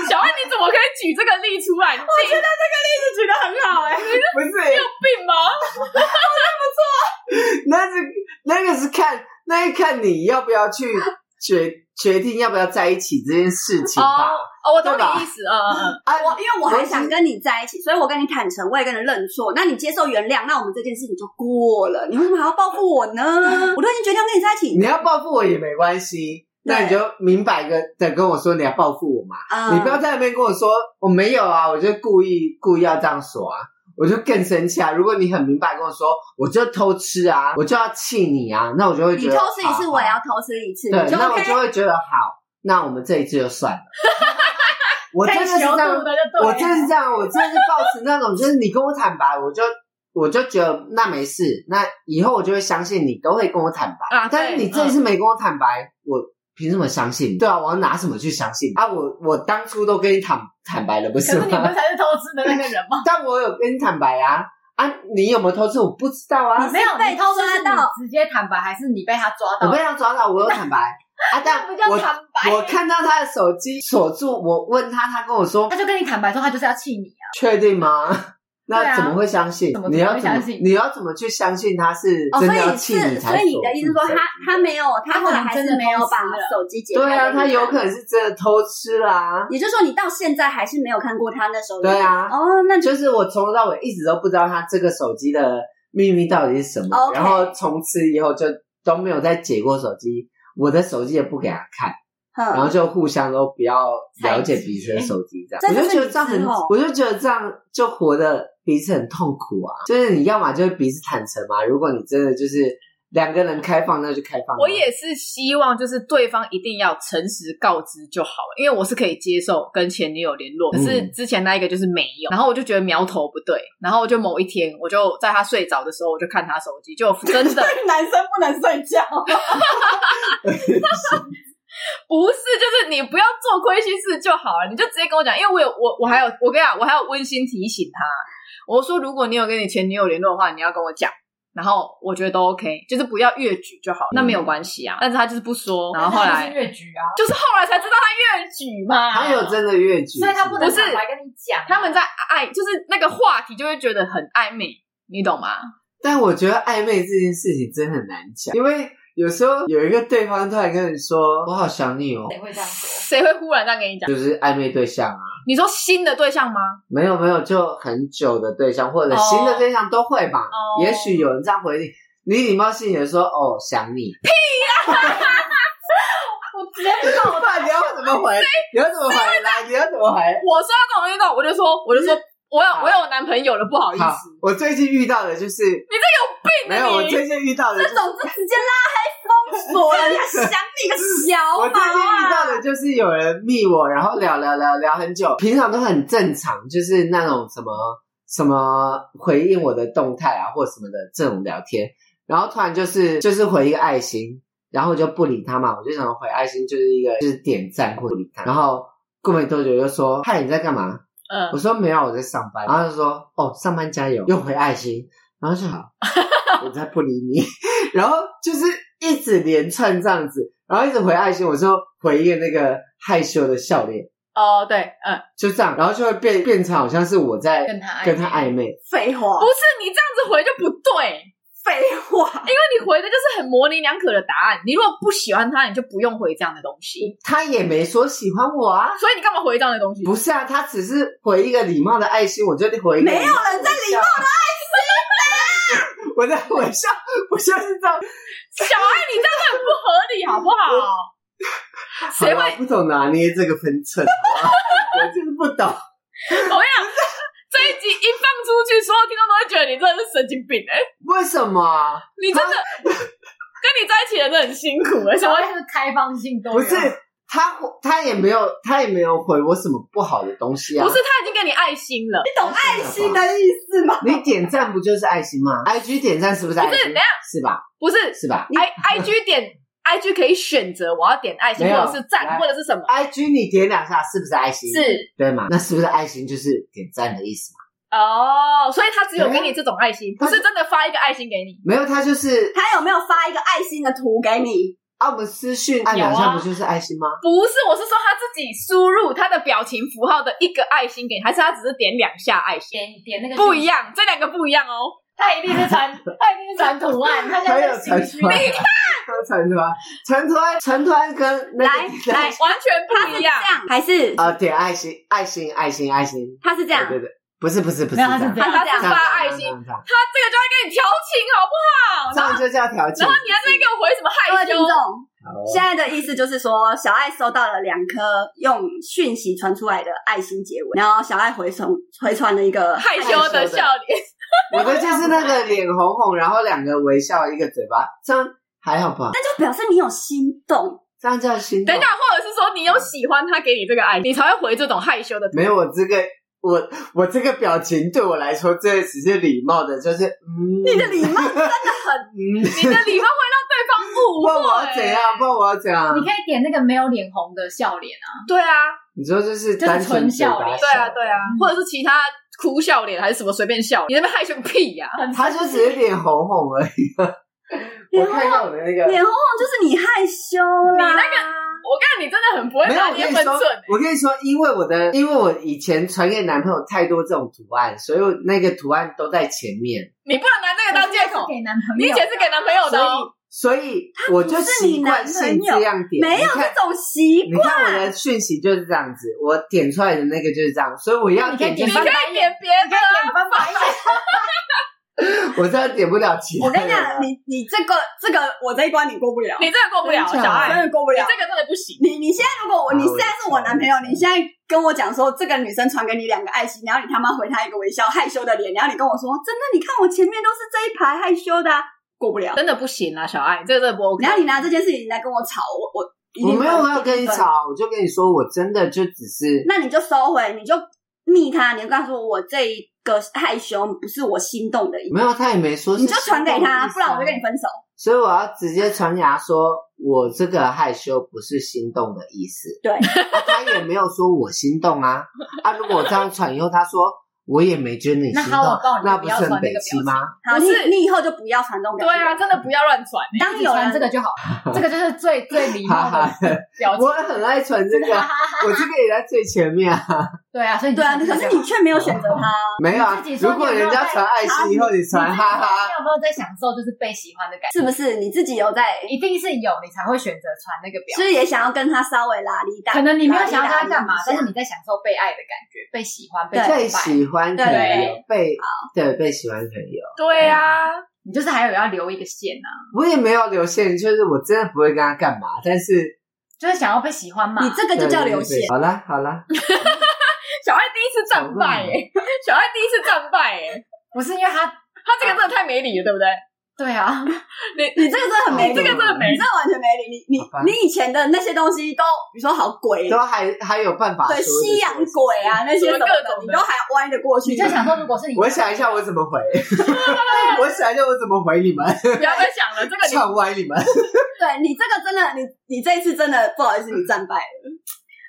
S1: 小爱，你怎么可以举这个例出来？你自己
S2: 这举得很好哎、
S3: 不是，
S1: 有 病吗？
S3: 那是那个是看那个看你要不要去决 决定要不要在一起这件事情吧。
S1: 哦哦，我懂
S3: 对吧
S1: 你意思，嗯嗯嗯。
S3: 啊，
S2: 我因为我很想跟你在一起，所以我跟你坦诚，我也跟你认错。那你接受原谅，那我们这件事情就过了。你为什么还要报复我 呢？我都已经决定要跟你在一起
S3: 你，要报复我也没关系，那你就明摆个的跟我说你要报复我嘛，
S2: 啊
S3: 你不要在那边跟我说我没有啊，我就故意故意要这样说啊。我就更生气啊！如果你很明白跟我说，我就偷吃啊，我就要气你啊，那我就会觉
S2: 你
S3: 得
S2: 偷吃一次，
S3: 好
S2: 我也要偷吃一次，
S3: 对
S2: 你，就
S3: 那我
S2: OK。
S3: 就会觉得好，那我们这一次就算 了。我 真的是这
S4: 修
S3: 样
S4: 度的 就对了。
S3: 我真的是这样，我真的是抱持那种，就是你跟我坦白，我就我就觉得那没事，那以后我就会相信你，都会跟我坦白。
S1: 啊对
S3: 但是你这一次没跟我坦白，我凭什么相信你？对啊，我要拿什么去相信你啊？我我当初都跟你坦坦白了，不
S4: 可
S3: 是
S4: 是你
S3: 吗？
S4: 们？才是偷吃的那个人吗
S3: 但我有跟你坦白啊啊！你有没有偷吃？我不知道啊，
S2: 你
S4: 没有，
S2: 被
S4: 你偷吃是
S2: 抓到
S4: 你直接坦白，还是你被他抓
S3: 我
S4: 到
S3: 被？他抓到，我有坦白啊，但
S4: 不叫
S3: 我
S4: 坦白
S3: 我看到他的手机锁住，我问他，他跟我说
S4: 他就跟你坦白说，他就是要气你啊。
S3: 确定吗？
S1: 对
S3: 那
S1: 啊
S3: 怎么会相信
S4: 怎么？
S3: 你要
S4: 怎
S3: 怎
S4: 么会
S3: 么
S4: 相信
S3: 你要怎么去相信他是
S2: 哦，
S3: 真
S2: 所
S3: 的要
S2: 以
S3: 气
S2: 是，
S3: 才
S2: 所以你的意思说他
S3: 他
S2: 他没有，他后来还是没有把手机解开。
S3: 对啊，他有可能是真的偷吃啦、
S2: 也就是说，你到现在还是没有看过他那时候的。
S3: 对啊
S2: 哦，那就
S3: 就是我从头到尾一直都不知道他这个手机的秘密到底是什么
S2: OK
S3: 然后从此以后就都没有再解过手机，我的手机也不给他看，然后
S2: 哼，
S3: 就互相都不要了解彼此的手机，这
S2: 这
S3: 样
S2: 就
S3: 我
S2: 是
S3: 就觉得这样
S2: 你
S3: 很
S2: 之
S4: 哦
S2: 后，
S3: 我就觉得这样就活得彼此很痛苦啊。就是你要么就是彼此坦诚嘛，如果你真的就是两个人开放，那就开放啊。
S1: 我也是希望，就是对方一定要诚实告知就好了，因为我是可以接受跟前女友联络，可是
S3: 嗯
S1: 之前那一个就是没有，然后我就觉得苗头不对，然后就某一天，我就在他睡着的时候，我就看他手机， 就真的
S2: 男生不能睡 觉，
S1: 不是，就是你不要做亏心事就好了，你就直接跟我讲，因为我有我我还有我跟你讲，我还有温馨提醒他，我说如果你有跟你前女友联络的话，你要跟我讲。然后我觉得都 OK，就是不要越矩就好，
S3: 嗯
S1: 那没有关系啊。但是他就是不说，然后后
S4: 但是他
S1: 来
S4: 就是越局啊，
S1: 就是后来才知道他越矩嘛。
S3: 他有真的越剧，
S4: 所以他不能
S1: 不是
S4: 坦白跟你讲啊，
S1: 他们在爱，就是那个话题就会觉得很暧昧，你懂吗？
S3: 但我觉得暧昧这件事情真的很难讲，因为有时候有一个对方突然跟你说“我好想你哦
S4: 谁会这样说？
S1: 谁会忽然这样跟你”，讲？
S3: 就是暧昧对象啊，
S1: 你说新的对象吗？
S3: 没有没有，就很久的对象或者新的对象都会吧。
S1: 哦
S3: 也许有人这样回你，你礼貌性的说“哦，想你
S1: 啊
S4: 我直接告”，
S3: 不然你要怎么回？你要怎么回来？你要怎么回？
S1: 我说到这种东西的时候，我就说，我就说我有
S3: 嗯好
S1: 我有男朋友了，不好意
S3: 好
S1: 思。，
S3: 我最近遇到的就是你
S1: 病啊
S3: 没有，我
S1: 你
S3: 最近遇到的、就
S2: 这
S3: 是。
S2: 种就直接拉黑封锁了，你还想你个小
S3: 我最近遇到
S2: 毛
S3: 的就是有人密我，然后聊聊聊聊很久，平常都很正常，就是那种什么什么回应我的动态啊，或什么的这种聊天，然后突然就是就是回一个爱心，然后我就不理他嘛，我就想回爱心就是一个就是点赞或理他，然后过没多久又说嗨你在干嘛？
S1: 嗯
S3: 我，说没有，我在上班。然后他就说哦，上班加油，又回爱心。然后就好， 我再不理你。 然后就是一直连串这样子，然后一直回爱心，我就回一个那个害羞的笑脸，
S1: 哦，对，嗯，
S3: 就这样，然后就会变变成好像是我在
S4: 跟他暧昧
S3: 跟他暧昧。
S2: 废话
S1: 不，是你这样子回就不对，
S2: 废话，
S1: 因为你回的就是很模棱两可的答案。你如果不喜欢他，你就不用回这样的东西。
S3: 他也没说喜欢我啊，
S1: 所以你干嘛回这样的东西？
S3: 不是啊，他只是回一个礼貌的爱心，我就回一个
S2: 没有人在礼貌
S3: 的爱心。 我在微笑，我就是这
S1: 小
S3: 样。
S1: 爱，你这样子很不合理，好不好？ 谁
S3: 好
S1: 会
S3: 啦我不懂拿捏这个分寸？好 吧我就是不懂。
S1: 我跟你讲，这一集一放出去，所有听众都会觉得你真的是神经病哎、
S3: 为什么啊？
S1: 你真的跟你在一起的人很辛苦哎、小
S4: 小
S1: 孩
S4: 孩就是开放性多
S3: 不
S4: 元
S3: 是
S1: 啊
S3: 他，他也没有，他也没有回我什么不好的东西啊。
S1: 不是，他已经给你爱心了，
S2: 懂爱心的意思吗？
S3: 你点赞不就是爱心吗？IG 点赞是不是爱心？
S1: 不是等一下
S3: 是吧？
S1: 不是
S3: 是吧
S1: i i g 点 i g 可以选择我要点爱心
S3: 没有
S1: 或者是赞
S3: 来
S1: 或者是什么
S3: ？IG 你点两下是不是爱心？，
S1: 是
S3: 对嘛？那是不是爱心就是点赞的意思嘛？
S1: 哦，所以他只有给
S3: 没
S1: 你这种爱心，不
S3: 他
S1: 是真的发一个爱心给你。
S3: 没有，他就是
S2: 他有没有发一个爱心的图给你？
S3: 啊，我们私讯按两
S1: 有啊
S3: 下不就是爱心吗？
S1: 不是，我是说他自己输入他的表情符号的一个爱心给你，还是他只是点两下爱心？
S4: 点点那个
S1: 不一，样，这两个不一样哦。
S4: 他一定是传，他一定是传图案，他现
S3: 还
S4: 在
S3: 有
S4: 是
S3: 传
S4: 心虚
S3: 图案， 还有传图案，传图案，传图案跟那
S2: 来
S3: 个
S2: 来，
S1: 完全不一样
S2: 这。样还是
S3: 啊，点爱心，爱心，爱心，爱心，
S2: 他是这样？
S3: 对对对，不是不是不是这
S4: 没有
S3: 样，
S4: 他是
S3: 这
S4: 这样
S1: 他
S2: 这样
S1: 是发爱心，
S3: 样这样
S1: 他这个就会跟你调情，好不好？然
S3: 这
S1: 后
S3: 样就叫调情。
S1: 然后你还在给我回什么
S2: 各位
S1: 害羞？
S2: 听众，
S3: 好哦
S2: 现在的意思就是说，小爱收到了两颗用讯息传出来的爱心结尾，然后小爱回传回传了一个
S1: 害羞的笑脸，
S3: 我的就是那个脸红红，然后两个微笑，一个嘴巴，这样还好吧？
S2: 就表示你有心动。
S3: 这样叫心动
S1: 等一。下，或者是说你有喜欢他给你这个爱，你才会回这种害羞的。
S3: 没有我这个，我我这个表情对我来说，这只是礼貌的，就是嗯，
S2: 你的礼貌真的很，
S3: 嗯，
S1: 你的礼貌会让对方
S3: 问
S1: 误
S3: 我
S1: 会。
S3: 要怎样？问我要怎样
S4: 你？可以点那个没有脸红的笑脸啊，
S1: 对啊，
S3: 你说这是单
S4: 就是纯
S3: 纯嘴
S4: 笑
S3: 巴
S4: 脸
S3: 笑
S1: 对啊，对啊，
S4: 嗯
S1: 或者是其他哭笑脸还是什么随便笑，你那边害羞个屁呀、
S4: 很
S3: 他就只是脸红红而已。我看一下我的那个，
S2: 脸红红就是你害羞啦。
S1: 你那个我跟你真的很不会
S3: 没有，
S1: 拿
S3: 我
S1: 捏
S3: 跟你
S1: 分
S3: 说
S1: 寸、，欸
S2: 欸
S3: 我跟你说，因为我的，因为我以前传给男朋友太多这种图案，所以我那个图案都在前
S2: 啊
S3: 面，
S1: 你不能拿这个当借口。
S4: 给男朋
S1: 你以
S4: 友，
S1: 前是给男朋友的、哦，
S3: 所以我就习惯性这样点。
S2: 没有
S3: 你看
S2: 这种习
S3: 你看我的讯息就是这样子，我点出来的那个就是这样，所以我要点就
S1: 你
S3: 是
S1: 可以点别的啊，
S4: 点 翻白眼，
S3: 我这样点不了其他
S2: 我跟你
S3: 人啊
S2: 讲，你你这个这个我这一关你过不了，
S1: 你这个过不了，
S3: 真的
S1: 小
S2: 真
S1: 爱，
S2: 的过不
S1: 你
S2: 了。
S1: 这个真的不行。
S2: 你你现在如果我
S3: 啊
S2: 你
S3: 我
S2: 现在是我男朋友，你现在跟我讲说这个女生传给你两个爱心，然后你他妈回她一个微笑害羞的脸，然后你跟我说真的，你看我前面都是这一排害羞的、啊，过 不了。
S1: 真的不行啊，小爱，这个真的不 OK
S2: 然。后你拿这件事情来跟我吵，我我 一定
S3: 我没有啊
S2: 分
S3: 要跟你。吵，我就跟你说，我真的就只是
S2: 那你就收回，你就密他，你就跟他说我这一个害羞不是我心动的意思，
S3: 没有，他也没说是
S2: 你就传给他，
S3: 心动的意思啊
S2: 不然我就跟你分手。
S3: 所以我要直接传给他说，我这个害羞不是心动的意思。
S2: 对，
S3: 啊、他也没有说我心动啊啊！如果我这样传以后，他说我也没觉得你
S4: 那
S3: 心
S4: 好
S3: 动
S4: 我告诉，你
S3: 那
S4: 不
S3: 是
S4: 要
S3: 很
S4: 传
S3: 北
S4: 那个
S3: 齐
S4: 表
S3: 吗？
S2: 好，
S1: 不
S2: 你
S1: 是
S2: 你以后就不要传这种
S1: 对
S2: 表情。
S1: 啊，真的不要乱传、
S2: 当有人
S4: 传这个就好了，这个就是 最最礼
S3: 哈
S4: 貌
S3: 哈
S4: 的，表 情
S3: 我。很爱传这个，我这个也在最前面啊。
S4: 对啊，所以你
S2: 对啊，
S4: 传这
S2: 可是
S4: 个就
S2: 你却没有选择他，
S3: 没有啊
S4: 你自己，说
S3: 如果人家传爱心以后，你
S4: 好
S3: 传哈哈，
S4: 你有没有在享受就是被喜欢的感觉？
S2: 是不是？你自己有在，
S4: 一定是有，你才会选择传那个表
S2: 是不是也想要跟他稍微拉力大？
S4: 可能你没有想要跟他干
S2: 拉，
S4: 嘛
S2: 力
S4: 但
S2: 拉
S4: 是
S2: 力
S4: 你在享受被爱的感觉，被喜欢，被
S2: 对
S4: 崇
S3: 被
S4: 拜。
S3: 喜欢可以有
S4: 对，
S3: 被对被喜欢可以有。
S1: 对啊，
S4: 你就是还有要留一个线啊，
S3: 我也没有留线，就是我真的不会跟他干嘛，但 是
S4: 就是想要被喜欢嘛。
S2: 你这个就叫流血
S3: 对对对。好啦好啦，
S1: 小爱第一次战败哎、小爱第一次战败哎、
S4: 不是因为他，
S1: 他这个真的太没理了，对不对？
S4: 对啊，
S1: 你
S2: 你这个真的很
S1: 你
S2: 没理，
S1: 这个真的没
S2: 你 这完全没理。你你
S3: 好吧
S2: 你以前的那些东西都，比如说好鬼，
S3: 都啊还还有办法说
S2: 对
S3: 的
S2: 西洋鬼啊那些什么
S1: 什么各
S2: 的
S1: 种，的
S2: 你都还歪得过去。
S4: 你就想说，如果是你，
S3: 我想一下我怎么 回，我想一下我怎么回你们，
S1: 不要再想了，这个你
S3: 唱歪你们。
S2: 对你这个真的，你你这一次真的不好意思，你战败了。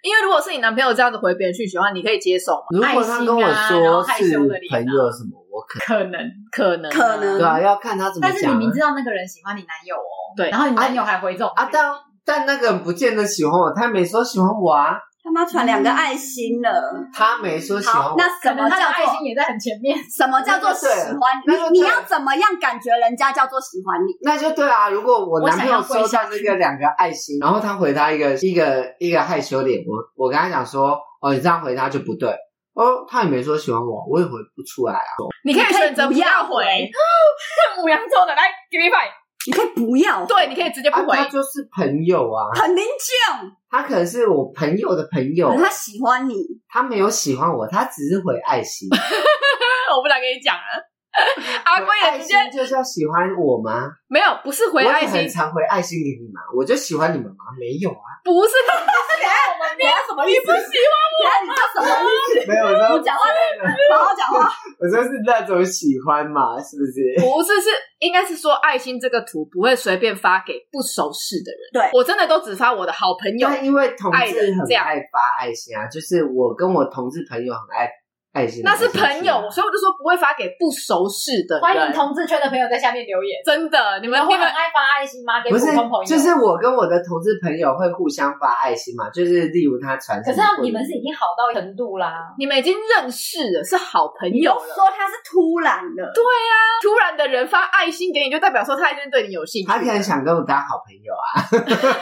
S1: 因为如果是你男朋友这样子回别人讯息的话，你可以接受吗？
S3: 如果他跟我说是朋友什么，我可
S1: 可能，可能啊，
S2: 可能
S3: 对啊，要看他怎么
S4: 但是
S3: 讲
S4: 你
S3: 啊。
S4: 明知道那个人喜欢你男友哦，
S1: 对
S4: 然后你男友还回这种
S3: 啊，但但那个人不见得喜欢我，他没说喜欢我啊，
S2: 他妈传两个爱心了。
S3: 他没说喜欢
S2: 好，
S3: 我。
S2: 那什
S4: 可能
S2: 么
S4: 他的
S2: 叫
S4: 爱
S2: 做
S4: 心也在很前面，
S2: 什么叫做喜欢？
S3: 那就对了那就对了
S2: 你你要怎么样感觉人家叫做喜欢你？
S3: 那就对啊，如果我男朋友收
S4: 我想
S3: 到那
S4: 要跪下去
S3: 个两个爱心，然后他回他一个一个一个害羞脸，我我跟他讲说，哦，你这样回他就不对。哦，他也没说喜欢我，我也回不出来啊。
S1: 你可以选择不要回。母羊座的来，give me five，
S2: 你可以不要
S1: 对，你可以直接
S3: 啊
S1: 不，回。
S3: 他就是朋友啊，
S2: 很明确，
S3: 他可能是我朋友的朋友
S2: 可，是他喜欢你，
S3: 他没有喜欢我，他只是回爱心。
S1: 我不想跟你讲了。阿贵也
S3: 爱
S1: 直接
S3: 心就是要喜欢我吗？
S1: 没有，不是
S3: 我
S1: 回
S3: 也
S1: 爱
S3: 很
S1: 心，
S3: 常回爱心给你们，我就喜欢你们吗？没 有啊，
S1: 不是
S2: 你要什么意思？
S1: 不喜欢，
S2: 你要什么意
S3: 没 有。我
S2: 思？
S3: 说
S2: 讲话，好好讲话。
S3: 我说是那种喜欢嘛，是不是？
S1: 不是是应该是说爱心这个图不会随便发给不熟识的人。
S2: 对
S1: 我真的都只发我的好朋友。
S3: 但因为同
S1: 爱
S3: 志
S1: 人
S3: 很
S1: 这样
S3: 爱发爱心啊，就是我跟我同志朋友很爱爱心，
S1: 那是
S3: 爱心
S1: 朋友，所
S3: 是
S1: 以我就说不会发给不熟识的人。
S4: 欢迎同志圈的朋友在下面留言。
S1: 真的，你们
S4: 会
S1: 你们
S4: 很爱发爱心吗？给
S3: 不
S4: 普
S3: 是
S4: 通朋友，
S3: 就是我跟我的同志朋友会互相发爱心嘛，就是例如他传什
S4: 可
S3: 么
S4: 是
S3: 过年，
S4: 你们是已经好到程度啦，
S1: 你们已经认识了，是好朋
S2: 你
S1: 友
S2: 都
S1: 了。
S2: 说他是突然的，对，
S1: 突然的人发爱心给你，就代表说他已经对你有兴趣。
S3: 他可能想跟我当好朋友啊，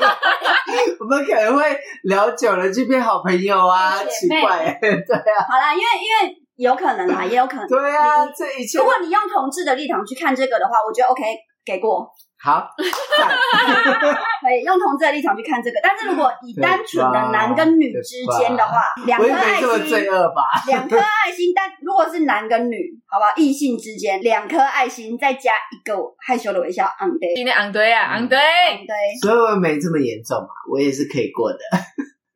S3: 我们可能会聊久了就变好朋友啊，
S4: 姐
S3: 奇
S4: 妹
S3: 怪、
S2: 好啦，因为因为有可能啦，也有可 能。
S3: 对啊
S2: 你，
S3: 这一切
S2: 如果你用同志的立场去看这个的话，我觉得 OK，给过
S3: 好，赞
S2: 可以用同志的立场去看这个。但是如果以单纯的男跟女之间的话，两
S3: 我
S2: 颗
S3: 也没
S2: 爱
S3: 这么
S2: 心，
S3: 罪恶吧？
S2: 两颗爱心，但如果是男跟女，好不好？异性之间两颗爱心，再加一个害羞的微笑，昂对
S1: 今天昂对啊，昂对，
S2: 对。
S3: 所以我没这么严重嘛，我也是可以过的。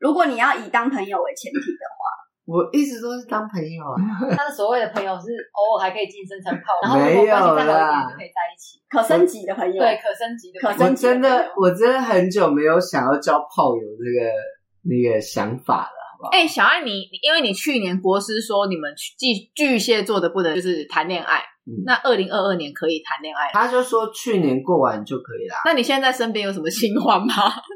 S2: 如果你要以当朋友为前提的话，
S3: 我一直都是当朋友啊，
S4: 他的所谓的朋友是偶尔还可以晋升成炮友，然后
S3: 没
S4: 如
S3: 有
S4: 果
S3: 啦
S4: 关系再好一点就可以在一起，
S2: 可升级的朋友，
S4: 对，可升级的
S2: 可
S4: 朋友。
S3: 我
S2: 升级
S3: 真
S2: 的朋
S3: 的
S2: 友
S3: 我真的很久没有想要交炮友这个那个想法了。
S1: 哎、小爱你，你因为你去年国师说你们巨巨蟹座的不能就是谈恋爱，
S3: 嗯
S1: 那二零二二年可以谈恋爱了。
S3: 他就说去年过完就可以啦。
S1: 那你现在身边有什么新欢吗？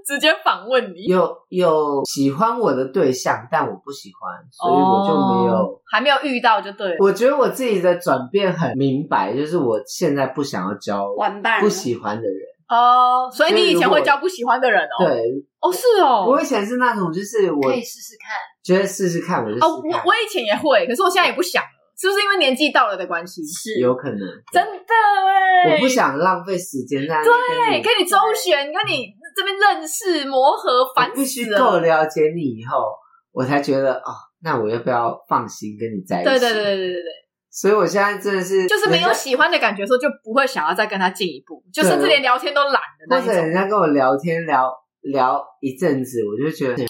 S1: 直接访问你。
S3: 有有喜欢我的对象，但我不喜欢，所以我就没有。
S1: 哦还没有遇到就对了。
S3: 我觉得我自己的转变很明白，就是我现在不想要交
S2: 玩伴
S3: 不喜欢的人。
S1: 哦，所以你以
S3: 所以
S1: 前
S3: 如果
S1: 会交不喜欢的人哦。，
S3: 对，
S1: 哦是哦。
S3: 我以前是那种，就是我
S4: 可以试试看。
S3: 觉得试试看，我就试
S1: 哦，我
S3: 试看，
S1: 我以前也会，可是我现在也不想了，是不是因为年纪到了的关系？是
S3: 有可能
S1: 真的哎，
S3: 我不想浪费时间在那
S1: 对
S3: 边跟
S1: 跟你周旋，跟你这边认识磨合，
S3: 你，
S1: 烦
S3: 我必须
S1: 死
S3: 够
S1: 了。
S3: 了解你以后，我才觉得哦，那我要不要放心跟你在一起？
S1: 对对对对对对对，
S3: 所以我现在真的是
S1: 就是没有
S3: 人家
S1: 喜欢的感觉的时候，就不会想要再跟他进一步，就甚至连聊天都懒的那
S3: 或
S1: 一
S3: 者人
S1: 种。
S3: 家跟我聊天聊聊一阵子，我就觉得一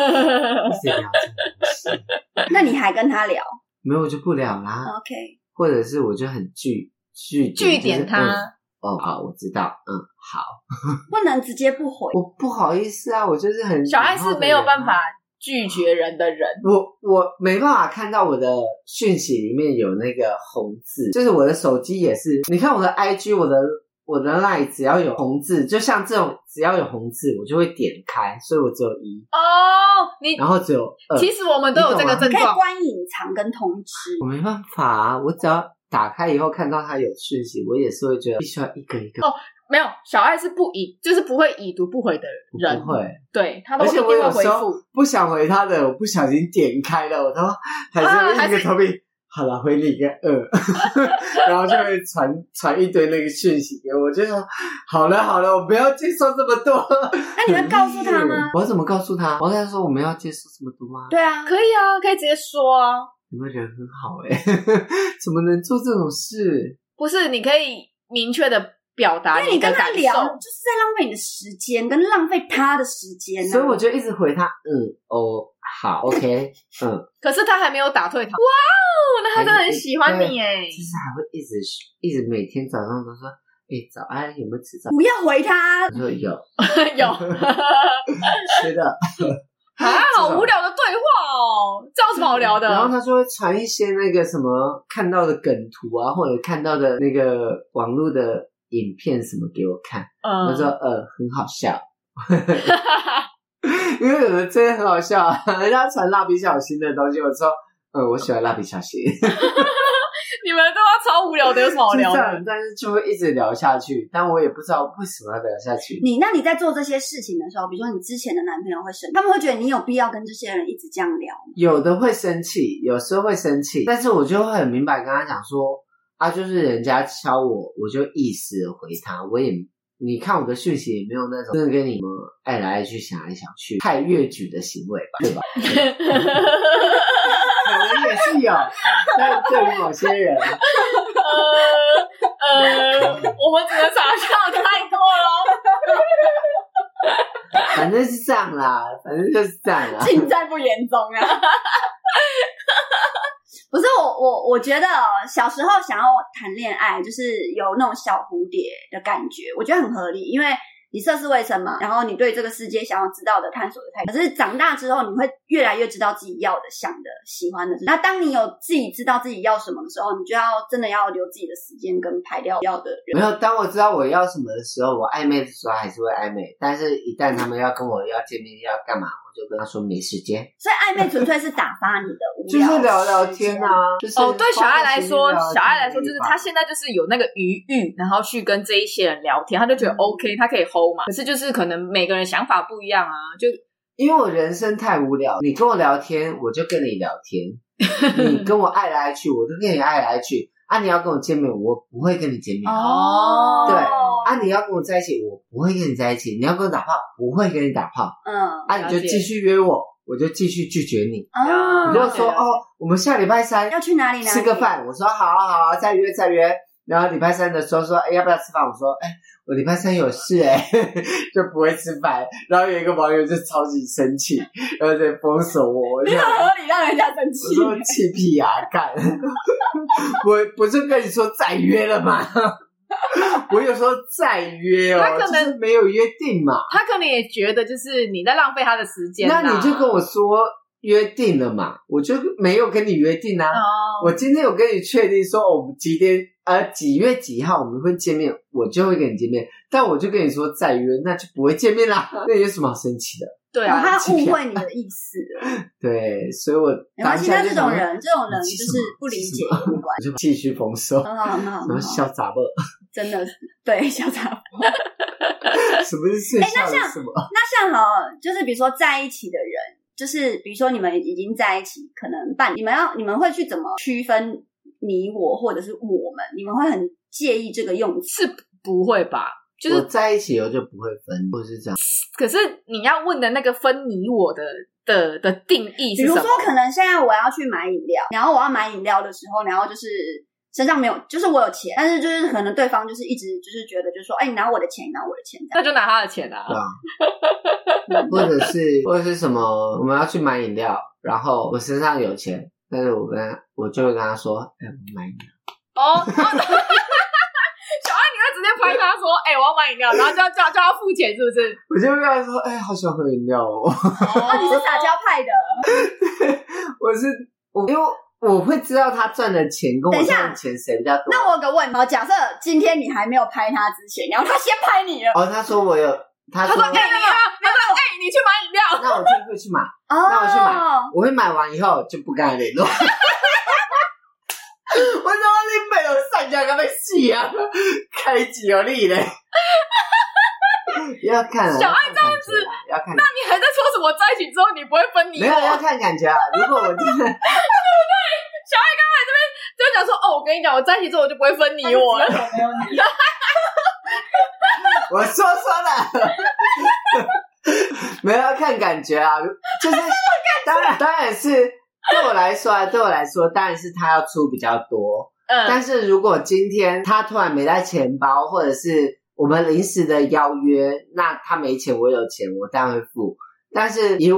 S3: 直聊这种东西，
S2: 那你还跟他聊
S3: 没有我就不聊啦，
S1: 嗯
S2: ？OK，
S3: 或者是我就很拒拒
S1: 据
S3: 点
S1: 点
S3: 就是嗯
S1: 他，
S3: 哦，好，我知道，嗯，好，
S2: 不能直接不回。
S3: 我不好意思啊，我就是 很
S1: 小爱
S3: 礼貌
S1: 是
S3: 的
S1: 没有
S3: 人啊
S1: 办。法拒绝人的人。
S3: 我我没办法看到我的讯息里面有那个红字，就是我的手机也是。你看我的 IG，我的我的 Line 只要有红字，就像这种只要有红字，我就会点开，所以我只有一，
S1: 哦，你
S3: 然后只有二。
S1: 其实我们都有这个症
S2: 可以
S1: 状，
S2: 关隐藏跟通知，
S3: 我没办法、啊，我只要打开以后看到他有讯息，我也是会觉得必须要一个一个。
S1: 没有小爱是不已，就是不会已读不回的
S3: 我
S1: 人
S3: 不，会，
S1: 对他都
S3: 而
S1: 一
S3: 且
S1: 定
S3: 我
S1: 会
S3: 有
S1: 回
S3: 时候
S1: 复。
S3: 不想回他的，我不小心点开了，我他妈
S1: 啊
S3: 还
S1: 还
S3: 是
S1: 是
S3: 硬着头皮，好了，回你一个二， 然后就会传传一堆那个讯息给我，我就说好了好了，我不要接受这么多。
S2: 那你会告诉他吗？
S3: 我怎么告诉他？我跟他说我们要接受这么多吗？
S2: 对啊，
S1: 可以啊，可以直接说啊，
S3: 你们人很好哎、 怎么能做这种事？
S1: 不是你可以明确的表达
S2: 因为你
S1: 的
S2: 跟他
S1: 感
S2: 聊，
S1: 受。
S2: 就是在浪费你的时间，跟浪费他的时间、啊。
S3: 所以我就一直回他，嗯，哦，好，OK，嗯，
S1: 可是他还没有打退堂。哇哦，那他真的很喜欢你哎
S3: 就！是还会一直一直每天早上都说，哎、早安，有没有吃早？
S2: 不要回他
S3: 我，说有，
S1: 有 啊，
S3: 吃 的。
S1: 哎好无聊的对话哦，这有什么好聊的？
S3: 然后他就会传一些那个什么看到的梗图啊，或者看到的那个网络的影片什么给我看。我说
S1: 嗯，
S3: 呃很好 笑，因为有的真的很好笑啊，人家传蜡笔小新的东西，我说呃我喜欢蜡笔小新，
S1: 你们都要超无聊的，有什么好
S3: 就
S1: 聊
S3: 这
S1: 的
S3: 样，？但是就会一直聊下去，但我也不知道为什么要聊下去。
S2: 你那你在做这些事情的时候，比如说你之前的男朋友会生，他们会觉得你有必要跟这些人一直这样 聊吗？
S3: 有的会生气，有时候会生气，但是我就会很明白跟他讲说，啊，就是人家敲我，我就意思地回他，我也你看我的讯息也没有那种真的跟你们爱来爱去、想来想去、太越矩的行为吧，对吧？可能也是有，但对于某些人，
S1: 呃呃，我们只能想象太多了，
S3: 反正是这样啦，反正就是这样啦。
S2: 尽在不言中啊！ 不是我我我觉得哦小时候想要谈恋爱，就是有那种小蝴蝶的感觉，我觉得很合理，因为。你涉世未深嘛，然后你对这个世界想要知道的、探索的太多，可是长大之后，你会越来越知道自己要的、想的、喜欢的。那当你有自己知道自己要什么的时候，你就要真的要留自己的时间跟排掉要的人。
S3: 没有，当我知道我要什么的时候，我暧昧的时候还是会暧昧，但是一旦他们要跟我要见面要干嘛，我就跟他说没时间。
S2: 所以暧昧纯粹是打发你的无
S3: 就
S2: 聊，
S3: 是聊聊天。啊，就 是
S1: 哦，对小爱来说，
S3: 花时
S1: 小
S3: 间聊天
S1: 爱来说就是他
S3: 吧
S1: 现在就是有那个余欲，然后去跟这一些人聊天，他就觉得 OK，他可以 hold 嘛。可是就是可能每个人想法不一样啊，就
S3: 因为我人生太无聊，你跟我聊天，我就跟你聊天； 你跟我爱来爱去，我就跟你爱来爱去。啊，你要跟我见面，我不会跟你见面；
S1: 哦
S3: 对啊，你要跟我在一起，我不会跟你在一起；你要跟我打炮，不会跟你打炮。
S2: 嗯
S3: 啊，你就
S1: 了解
S3: 继续约我，我就继续拒绝你。
S2: 啊
S3: 你
S1: 嗯
S3: 就
S1: 了解
S3: 说
S1: 了解
S3: 哦，我们下礼拜三
S2: 要去哪里哪里
S3: 吃个，饭，我说好啊好啊，再约再约。然后礼拜三的时候说，哎，要不要吃饭？我说，哎，我礼拜三有事哎、 就不会吃饭。然后有一个网友就超级生气，然后在封锁我。我就
S2: 你很合理让人家生
S3: 我
S2: 气。
S3: 说气屁呀、干！ 我不是跟你说再约了吗？ 我有说再约哦
S1: 他，可
S3: 就
S1: 能
S3: 是没有约定嘛。
S1: 他可能也觉得就是你在浪费他的时间啦。
S3: 那你就跟我说约定了嘛，我就没有跟你约定啊。
S1: 哦
S3: 我今天有跟你确定说，哦我们几点呃几月几号我们会见面，我就会跟你见面。但我就跟你说再约，那就不会见面 啦。那有什么好生气的？
S1: 对
S2: 然后
S1: 啊，
S2: 他误会你的意 思了。
S3: 对，所以我
S2: 没
S3: 当
S2: 关系，那
S3: 下
S2: 这
S3: 就想
S2: 种
S3: 说
S2: 人，这种人
S3: 你
S2: 就
S3: 气
S2: 是
S3: 什么
S2: 不理
S3: 气
S2: 解
S3: 什
S2: 也没 关系，
S3: 就继续丰收，
S2: 很好很好
S3: 然后
S2: 很好，
S3: 笑砸了。
S2: 真的是对 小杂
S3: 什么是睡
S2: 哎
S3: 笑
S2: 那像
S3: 的什么？
S2: 那像好了，就是比如说在一起的人，就是比如说你们已经在一起，可能半你们要你们会去怎么区分你我或者是我们？你们会很介意这个用词？
S1: 不会吧？就是
S3: 我在一起以后就不会分，或是这样。
S1: 可是你要问的那个分你我的的的定义
S2: 比
S1: 是
S2: 如
S1: 什
S2: 说
S1: 么？，
S2: 可能现在我要去买饮料，然后我要买饮料的时候，然后就是。身上没有，就是我有钱，但是就是可能对方就是一直就是觉得就是说，哎、你拿我的钱，你拿我的钱这
S1: 那就拿他的钱啊
S3: 对。啊，
S2: 样。
S3: 或者是或者是什么？我们要去买饮料，然后我身上有钱，但是我跟他我就会跟他说，哎、我买饮料。
S1: 哦， 哦小安，你会直接拍他说：“哎、我要买饮 料，然后就要叫叫他付钱，是不是
S3: 我就跟他说，哎、好喜欢喝饮料哦。？”
S2: 哦，你是撒娇派的。
S3: 我是我，因为我会知道他赚的钱跟
S2: 等
S3: 我
S2: 一下
S3: 赚的钱谁比较多。
S2: 那我有个问题，好，假设今天你还没有拍他之前，然后他先拍你了，
S3: 哦，他说我有，他
S1: 他
S3: 说
S1: 说：“哎、你要，他说：“哎、你去买饮料。
S3: 那我就会去买，
S2: 哦，
S3: 那我去买我会买完以后就不跟他联络。我 说你没有上家，干嘛死啊？开几有力嘞？ 要看啊
S1: 小
S3: 爱这样子，要看感”
S1: 你还在说什么在一起之后你不会分你哦
S3: 觉啊要看感觉没
S1: 我？
S3: 有要看感觉啊。如果我 真的
S1: 就讲说：“哦，我跟你讲，我在一起之后我就不会分你哦我了。”
S4: 我没有你，
S3: 我说说的， 没有要看感觉啊，就是当然当然是对我来说啊，对我来说当然是他要出比较多，
S1: 嗯
S3: 但是如果今天他突然没带钱包，或者是我们临时的邀约，那他没钱，我有钱，我当然会付。但是以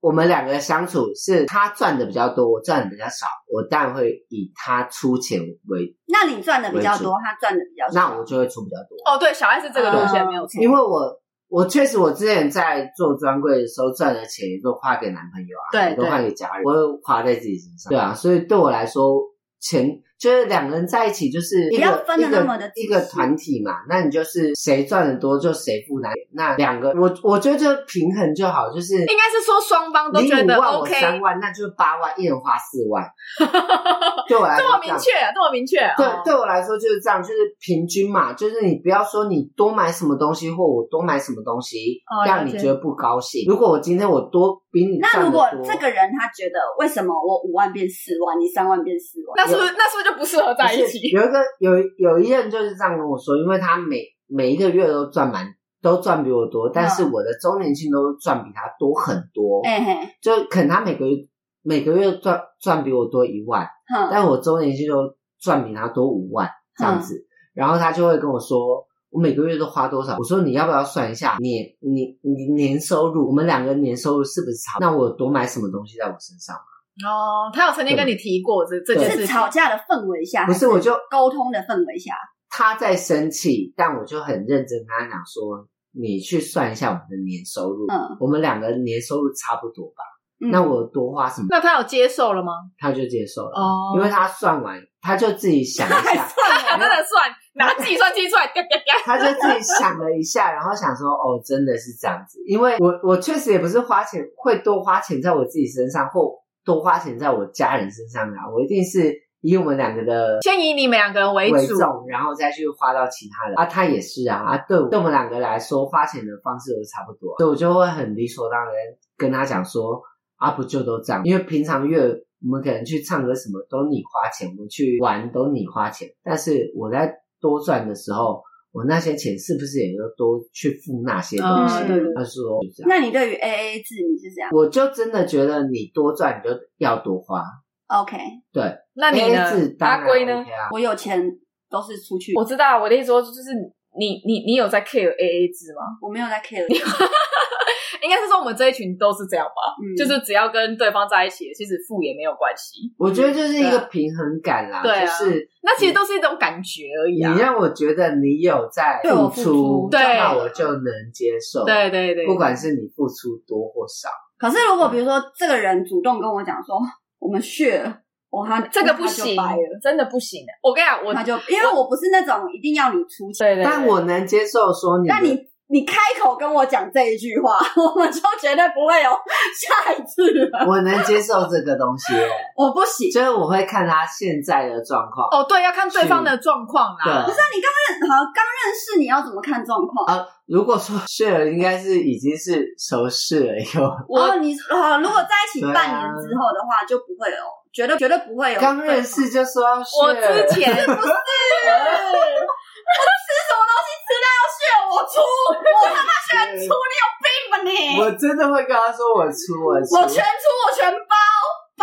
S3: 我们两个相处，是他赚的比较多，我赚的比较少，我当然会以他出钱为，
S2: 那你赚的比较多，他赚的比较少。
S3: 那我就会出比较多。
S1: 哦，对，小爱是这个
S3: 啊
S1: 路线、没有错。
S3: 因为我我确实我之前在做专柜的时候赚的钱也都花给男朋友啊，
S1: 对
S3: 也都花给家人，我有花在自己身上，对啊，所以对我来说，钱就是两个人在一起就是一
S2: 不要
S3: 个
S2: 分得
S3: 一个
S2: 那么的仔细
S3: 一个团体嘛，那你就是谁赚的多就谁负担，那两个我我觉得就平衡就好，就是
S1: 应该是说双方都
S3: 你
S1: 觉
S3: 五
S1: 得
S3: 万我
S1: OK，
S3: 三万，那就是八万，一人花四 万，对我来说
S1: 这么
S3: 这样
S1: 明确、啊，这么明确、啊。
S3: 对
S1: 哦，
S3: 对我来说就是这样，就是平均嘛，就是你不要说你多买什么东西或我多买什么东西，
S1: 哦了解
S3: 让你觉得不高兴。如果我今天我多比你
S2: 那
S3: 赚
S2: 如
S3: 得
S2: 果
S3: 多
S2: 这个人他觉得为什么我五万变四万，你三万变四万，
S1: 那是不是那是不是就不适合在一
S3: 不是
S1: 起？
S3: 有一个有有一任就是这样跟我说，因为他每每一个月都赚蛮都赚比我多，
S2: 嗯
S3: 但是我的周年庆都赚比他多很多，
S2: 哎嘿，
S3: 就可能他每个月每个月赚赚比我多一万，
S2: 哼，
S3: 但我周年庆都赚比他多五万这样子，然后他就会跟我说，我每个月都花多少？我说你要不要算一下年你你年收入？我们两个年收入是不是差不多？那我多买什么东西在我身上？
S1: 哦，他有曾经跟你提过这这件事情，
S2: 是吵架的氛围下，
S3: 不是，我就
S2: 沟通的氛围下，
S3: 他在生气，但我就很认真跟他讲说，你去算一下我们的年收入，
S2: 嗯
S3: 我们两个年收入差不多吧？
S2: 嗯
S3: 那我多花什么？
S1: 那他有接受了吗？
S3: 他就接受了，
S1: 哦
S3: 因为他算完，他就自己想一下。
S1: 他真的算拿计算机出 来，啪啪啪
S3: 他就自己想了一下，然后想说，哦，真的是这样子，因为我我确实也不是花钱会多花钱在我自己身上，或多花钱在我家人身上啊，我一定是以我们两个的
S1: 先以你们两个人为
S3: 为
S1: 主。
S3: 重，然后再去花到其他人啊，他也是啊，啊，对我对我们两个来说，花钱的方式都差不多，所以我就会很理所当然跟他讲说，啊，不就都这样，因为平常月我们可能去唱歌什么都你花钱，我们去玩都你花钱，但是我在多赚的时候，我那些钱是不是也都多去付那些东西？
S1: 嗯，对对，
S3: 他说就这样，
S2: 那你对于 A A 制你是这样
S3: 我就真的觉得你多赚你就要多花，
S2: ？OK，
S3: 对，
S1: 那你
S3: A 制
S1: 呢？
S3: 当
S1: 阿
S3: 然
S1: 龟呢
S3: OK？啊，
S2: 我有钱都是出去，
S1: 我知道我的意思说，就是你你你有在 care AA 制吗？
S2: 我没有在 care，
S1: 应该是说我们这一群都是这样吧，
S2: 嗯
S1: 就是只要跟对方在一起，其实付也没有关系。
S3: 我觉得就是一
S1: 对
S3: 个
S1: 啊
S3: 平衡感啦，
S1: 对啊
S3: 就是。
S1: 那
S3: 嗯
S1: 其实都是一种感觉而已
S3: 你
S1: 啊。
S3: 让我觉得你有在
S2: 对我
S3: 付
S2: 付出
S3: 出，
S1: 对
S3: 那我就能接受。
S1: 对对对，
S3: 不管是你付出多或少，
S2: 可是如果比如说这个人主动跟我讲说我们血了，我他
S1: 这个不
S2: 他就
S1: 行
S2: 掰了，，
S1: 真的不行。我跟你讲，我
S2: 他就因为我不是那种一定要你出钱，
S1: 对对，
S3: 但我能接受说你的，
S2: 但你你开口跟我讲这一句话， 我们就绝对不会有 下一次了。
S3: 我能接受这个东西，
S2: 我不行，
S3: 就是我会看他现在的状况。
S1: 哦对，要看对方的状况
S3: 对，
S1: 啦。
S2: 好，刚认识你要怎么看状况？
S3: 啊，如果说睡了，应该是已经是熟识了以后，
S1: 我
S2: 哦，你呃，如果在一起
S3: 对啊
S2: 半年之后的话，就不会有，绝对绝对不会有
S3: 刚认识就说要
S1: 我
S3: 睡了
S1: 之前
S2: 对我出，我他妈出你有病吧你！
S3: 我真的会跟他说我出我出，
S2: 我全出，我全包，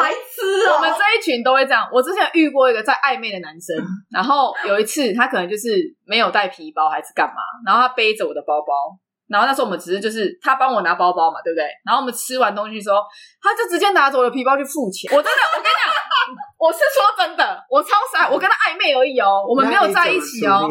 S2: 白痴哦、
S1: 我们这一群都会这样。我之前遇过一个在暧昧的男 生，然后有一次他可能就是没有带皮包还是干嘛，然后他背着我的包包，然后那时候我们只是就是他帮我拿包包嘛，对不对？然后我们吃完东西之后，他就直接拿着我的皮包去付钱。我真的，我跟你讲， 我是说真的，我超傻，我跟他暧昧而已哦，我
S3: 我
S1: 们没有在一起哦。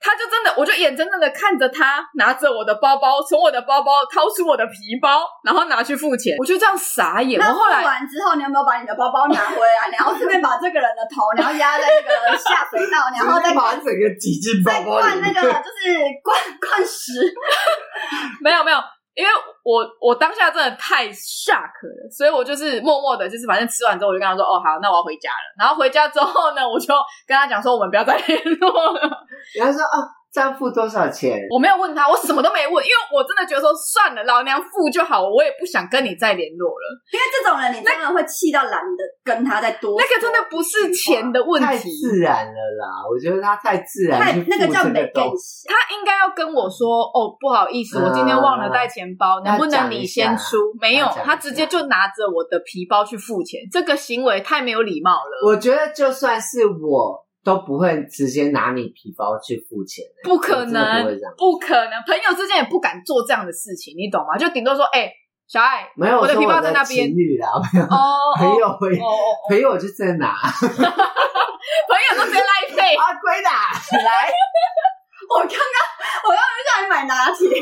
S1: 他就真的，我就眼睁睁的看着他拿着我的包包，从我的包包掏出我的皮包，然后拿去付钱，我就这样傻眼。
S2: 那
S1: 我后来
S2: 付完之后，你有没有把你的包包拿回来，然后顺便把这个人的头，然后压在那个下水道，然后 再
S3: 把整个挤进包
S2: 再
S3: 包里
S2: 灌那
S3: 面，
S2: 个就是灌灌食，
S1: 没有没有，因为我我当下真的太 shock 了，所以我就是默默的，就是反正吃完之后我就跟他说，哦好，那我要回家了。然后回家之后呢，我就跟他讲说，我们不要再联络了。
S3: 然后说啊，这样付多少钱？
S1: 我没有问他，我什么都没问，因为我真的觉得说算了，老娘付就好，我也不想跟你再联络了。
S2: 因为这种人你真的会气到懒得跟他再多说。
S1: 那个真的不是钱的问
S3: 太
S1: 题，
S3: 自然了啦，我觉得他太自然
S2: 太
S3: 去付
S2: 那
S3: 这
S2: 个叫没
S3: 东
S2: 更
S3: 西。
S2: 新。
S1: 他应该要跟我说，哦不好意思，我今天忘了带钱
S3: 嗯
S1: 包，能不能你先出？没有
S3: 要讲一，下
S1: 他直接就拿着我的皮包去付钱，这个行为太没有礼貌了。
S3: 我觉得就算是我都不会直接拿你皮包去付钱、欸，
S1: 不可
S3: 我真的
S1: 能
S3: 不会这样，
S1: 不可能，朋友之间也不敢做这样的事情，你懂吗？就顶多说，哎、小爱，
S3: 没有
S1: 我的
S3: 说
S1: 皮包
S3: 我
S1: 在那边
S3: 情侣啦，没 有
S1: 哦哦，
S3: 朋友 会
S1: 哦哦，哦
S3: 朋友就真的拿啊，
S1: 朋友都直接赖 费，
S3: 归啦，来。
S2: 我刚刚我刚刚就叫你买拿铁，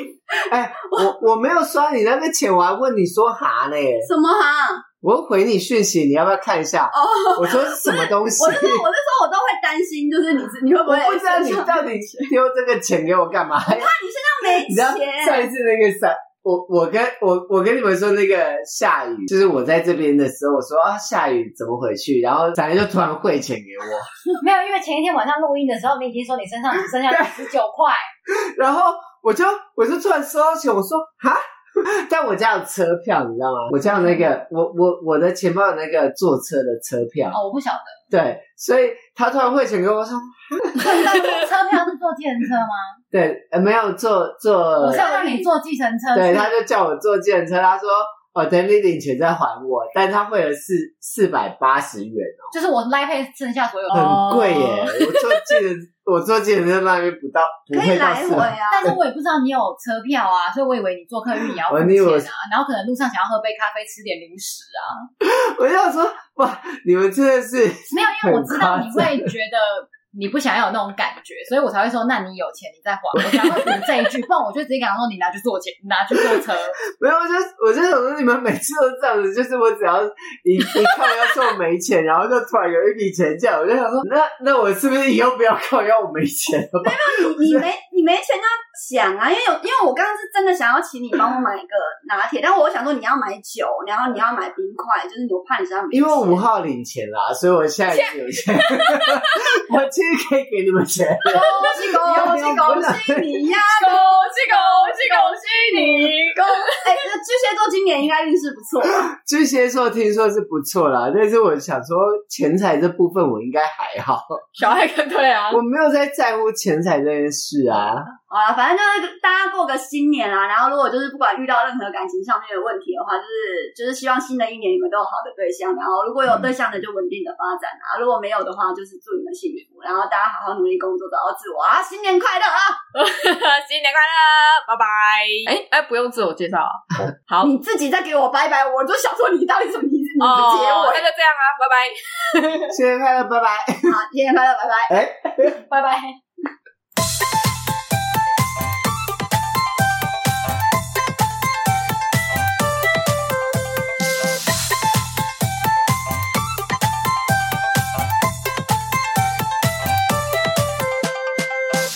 S3: 哎，我我没有刷你那个钱，我还问你说哈嘞，
S2: 什么啊哈、
S3: 我回你讯息，你要不要看一下？
S2: 哦，
S3: 我说是什么东 西？
S2: 我是说，我是说，我都会担心，就是你是你会不会
S3: 我不知道你
S2: 身上
S3: 到底丢这个钱给我干嘛？
S2: 没
S3: 你知道上一
S2: 钱，
S3: 次那个伞，我我跟我我跟你们说那个下雨，就是我在这边的时候，我说啊下雨怎么回去，然后伞就突然汇钱给我，
S4: 没有，因为前一天晚上录音的时候，你已经说你身上只剩下十九块，
S3: 然后我就我就突然收到钱，我说哈。 但我家有车票，你知道吗？我家有那个，我我我的钱包有那个坐车的车票，
S4: 哦，我不晓得，
S3: 对，所以他突然汇钱给我，我说
S4: 车票是坐计程车吗？
S3: 对，呃没有坐坐
S4: 我是，要让你坐计程车，
S3: 对，他就叫我坐电车，他说哦，等你领钱再还我，但他汇了四四百八十元，
S4: 就是我赖配剩下所有的，
S1: 哦
S3: 很贵耶！我坐计程，我坐计程车那边不到，不
S2: 可以
S3: 会到
S2: 来
S3: 四
S2: 回
S3: 百。
S2: 啊。
S4: 但是我也不知道你有车票啊，所以我以为你坐客运也要付
S3: 我以为我
S4: 钱啊，然后可能路上想要喝杯咖啡，吃点零食啊，
S3: 我想说，哇，你们真的是
S4: 没有，因为我知道你
S3: 很夸
S4: 会觉得你不想要有那种感觉，所以我才会说，那你有钱你再还，我才会补这一句，不然我就直接跟他说你拿去坐钱，拿去坐 车，
S3: 没有，我就我就想说，你们每次都这样子，就是我只要一 一靠要说我没钱，然后就突然有一笔钱进来，我就想说，那那我是不是以后不要靠要我没钱了吧？
S2: 你你没你没钱就要讲啊，因为有因为我刚刚是真的想要请你帮我买一个拿铁，但我想说你要买酒，然后你要买冰块，就是我怕你身上没钱
S3: 因为五号领钱啦，所以我下一次有钱， 我其实可以给你们钱。
S2: 恭喜恭喜恭喜你呀！
S1: 恭喜恭喜恭喜你！
S2: 恭哎，这巨蟹座今年应该运势不错，
S3: 巨蟹座听说是不错啦，但是我想说钱财这部分我应该还好，
S1: 小爱跟对啊，
S3: 我没有在在乎钱财这件事啊。
S2: 好了，反正就是大家过个新年啦。然后如果就是不管遇到任何感情上面的问题的话，就是就是希望新的一年你们都有好的对象。然后如果有对象的就稳定的发展啊，如果没有的话就是祝你们幸福。然后大家好好努力工作，找到自我啊！新年快乐啊！
S1: 新年快乐，拜拜。哎哎，不用自我介绍啊，好，
S2: 你自己再给我拜拜，我就想说你到底怎么你你不
S1: 哦 那
S2: 结尾？
S1: 就这样啊，拜拜。
S3: 新
S2: 啊
S3: 年快乐，拜拜。
S2: 好，新年快乐，拜拜。
S3: 哎，
S4: 拜拜。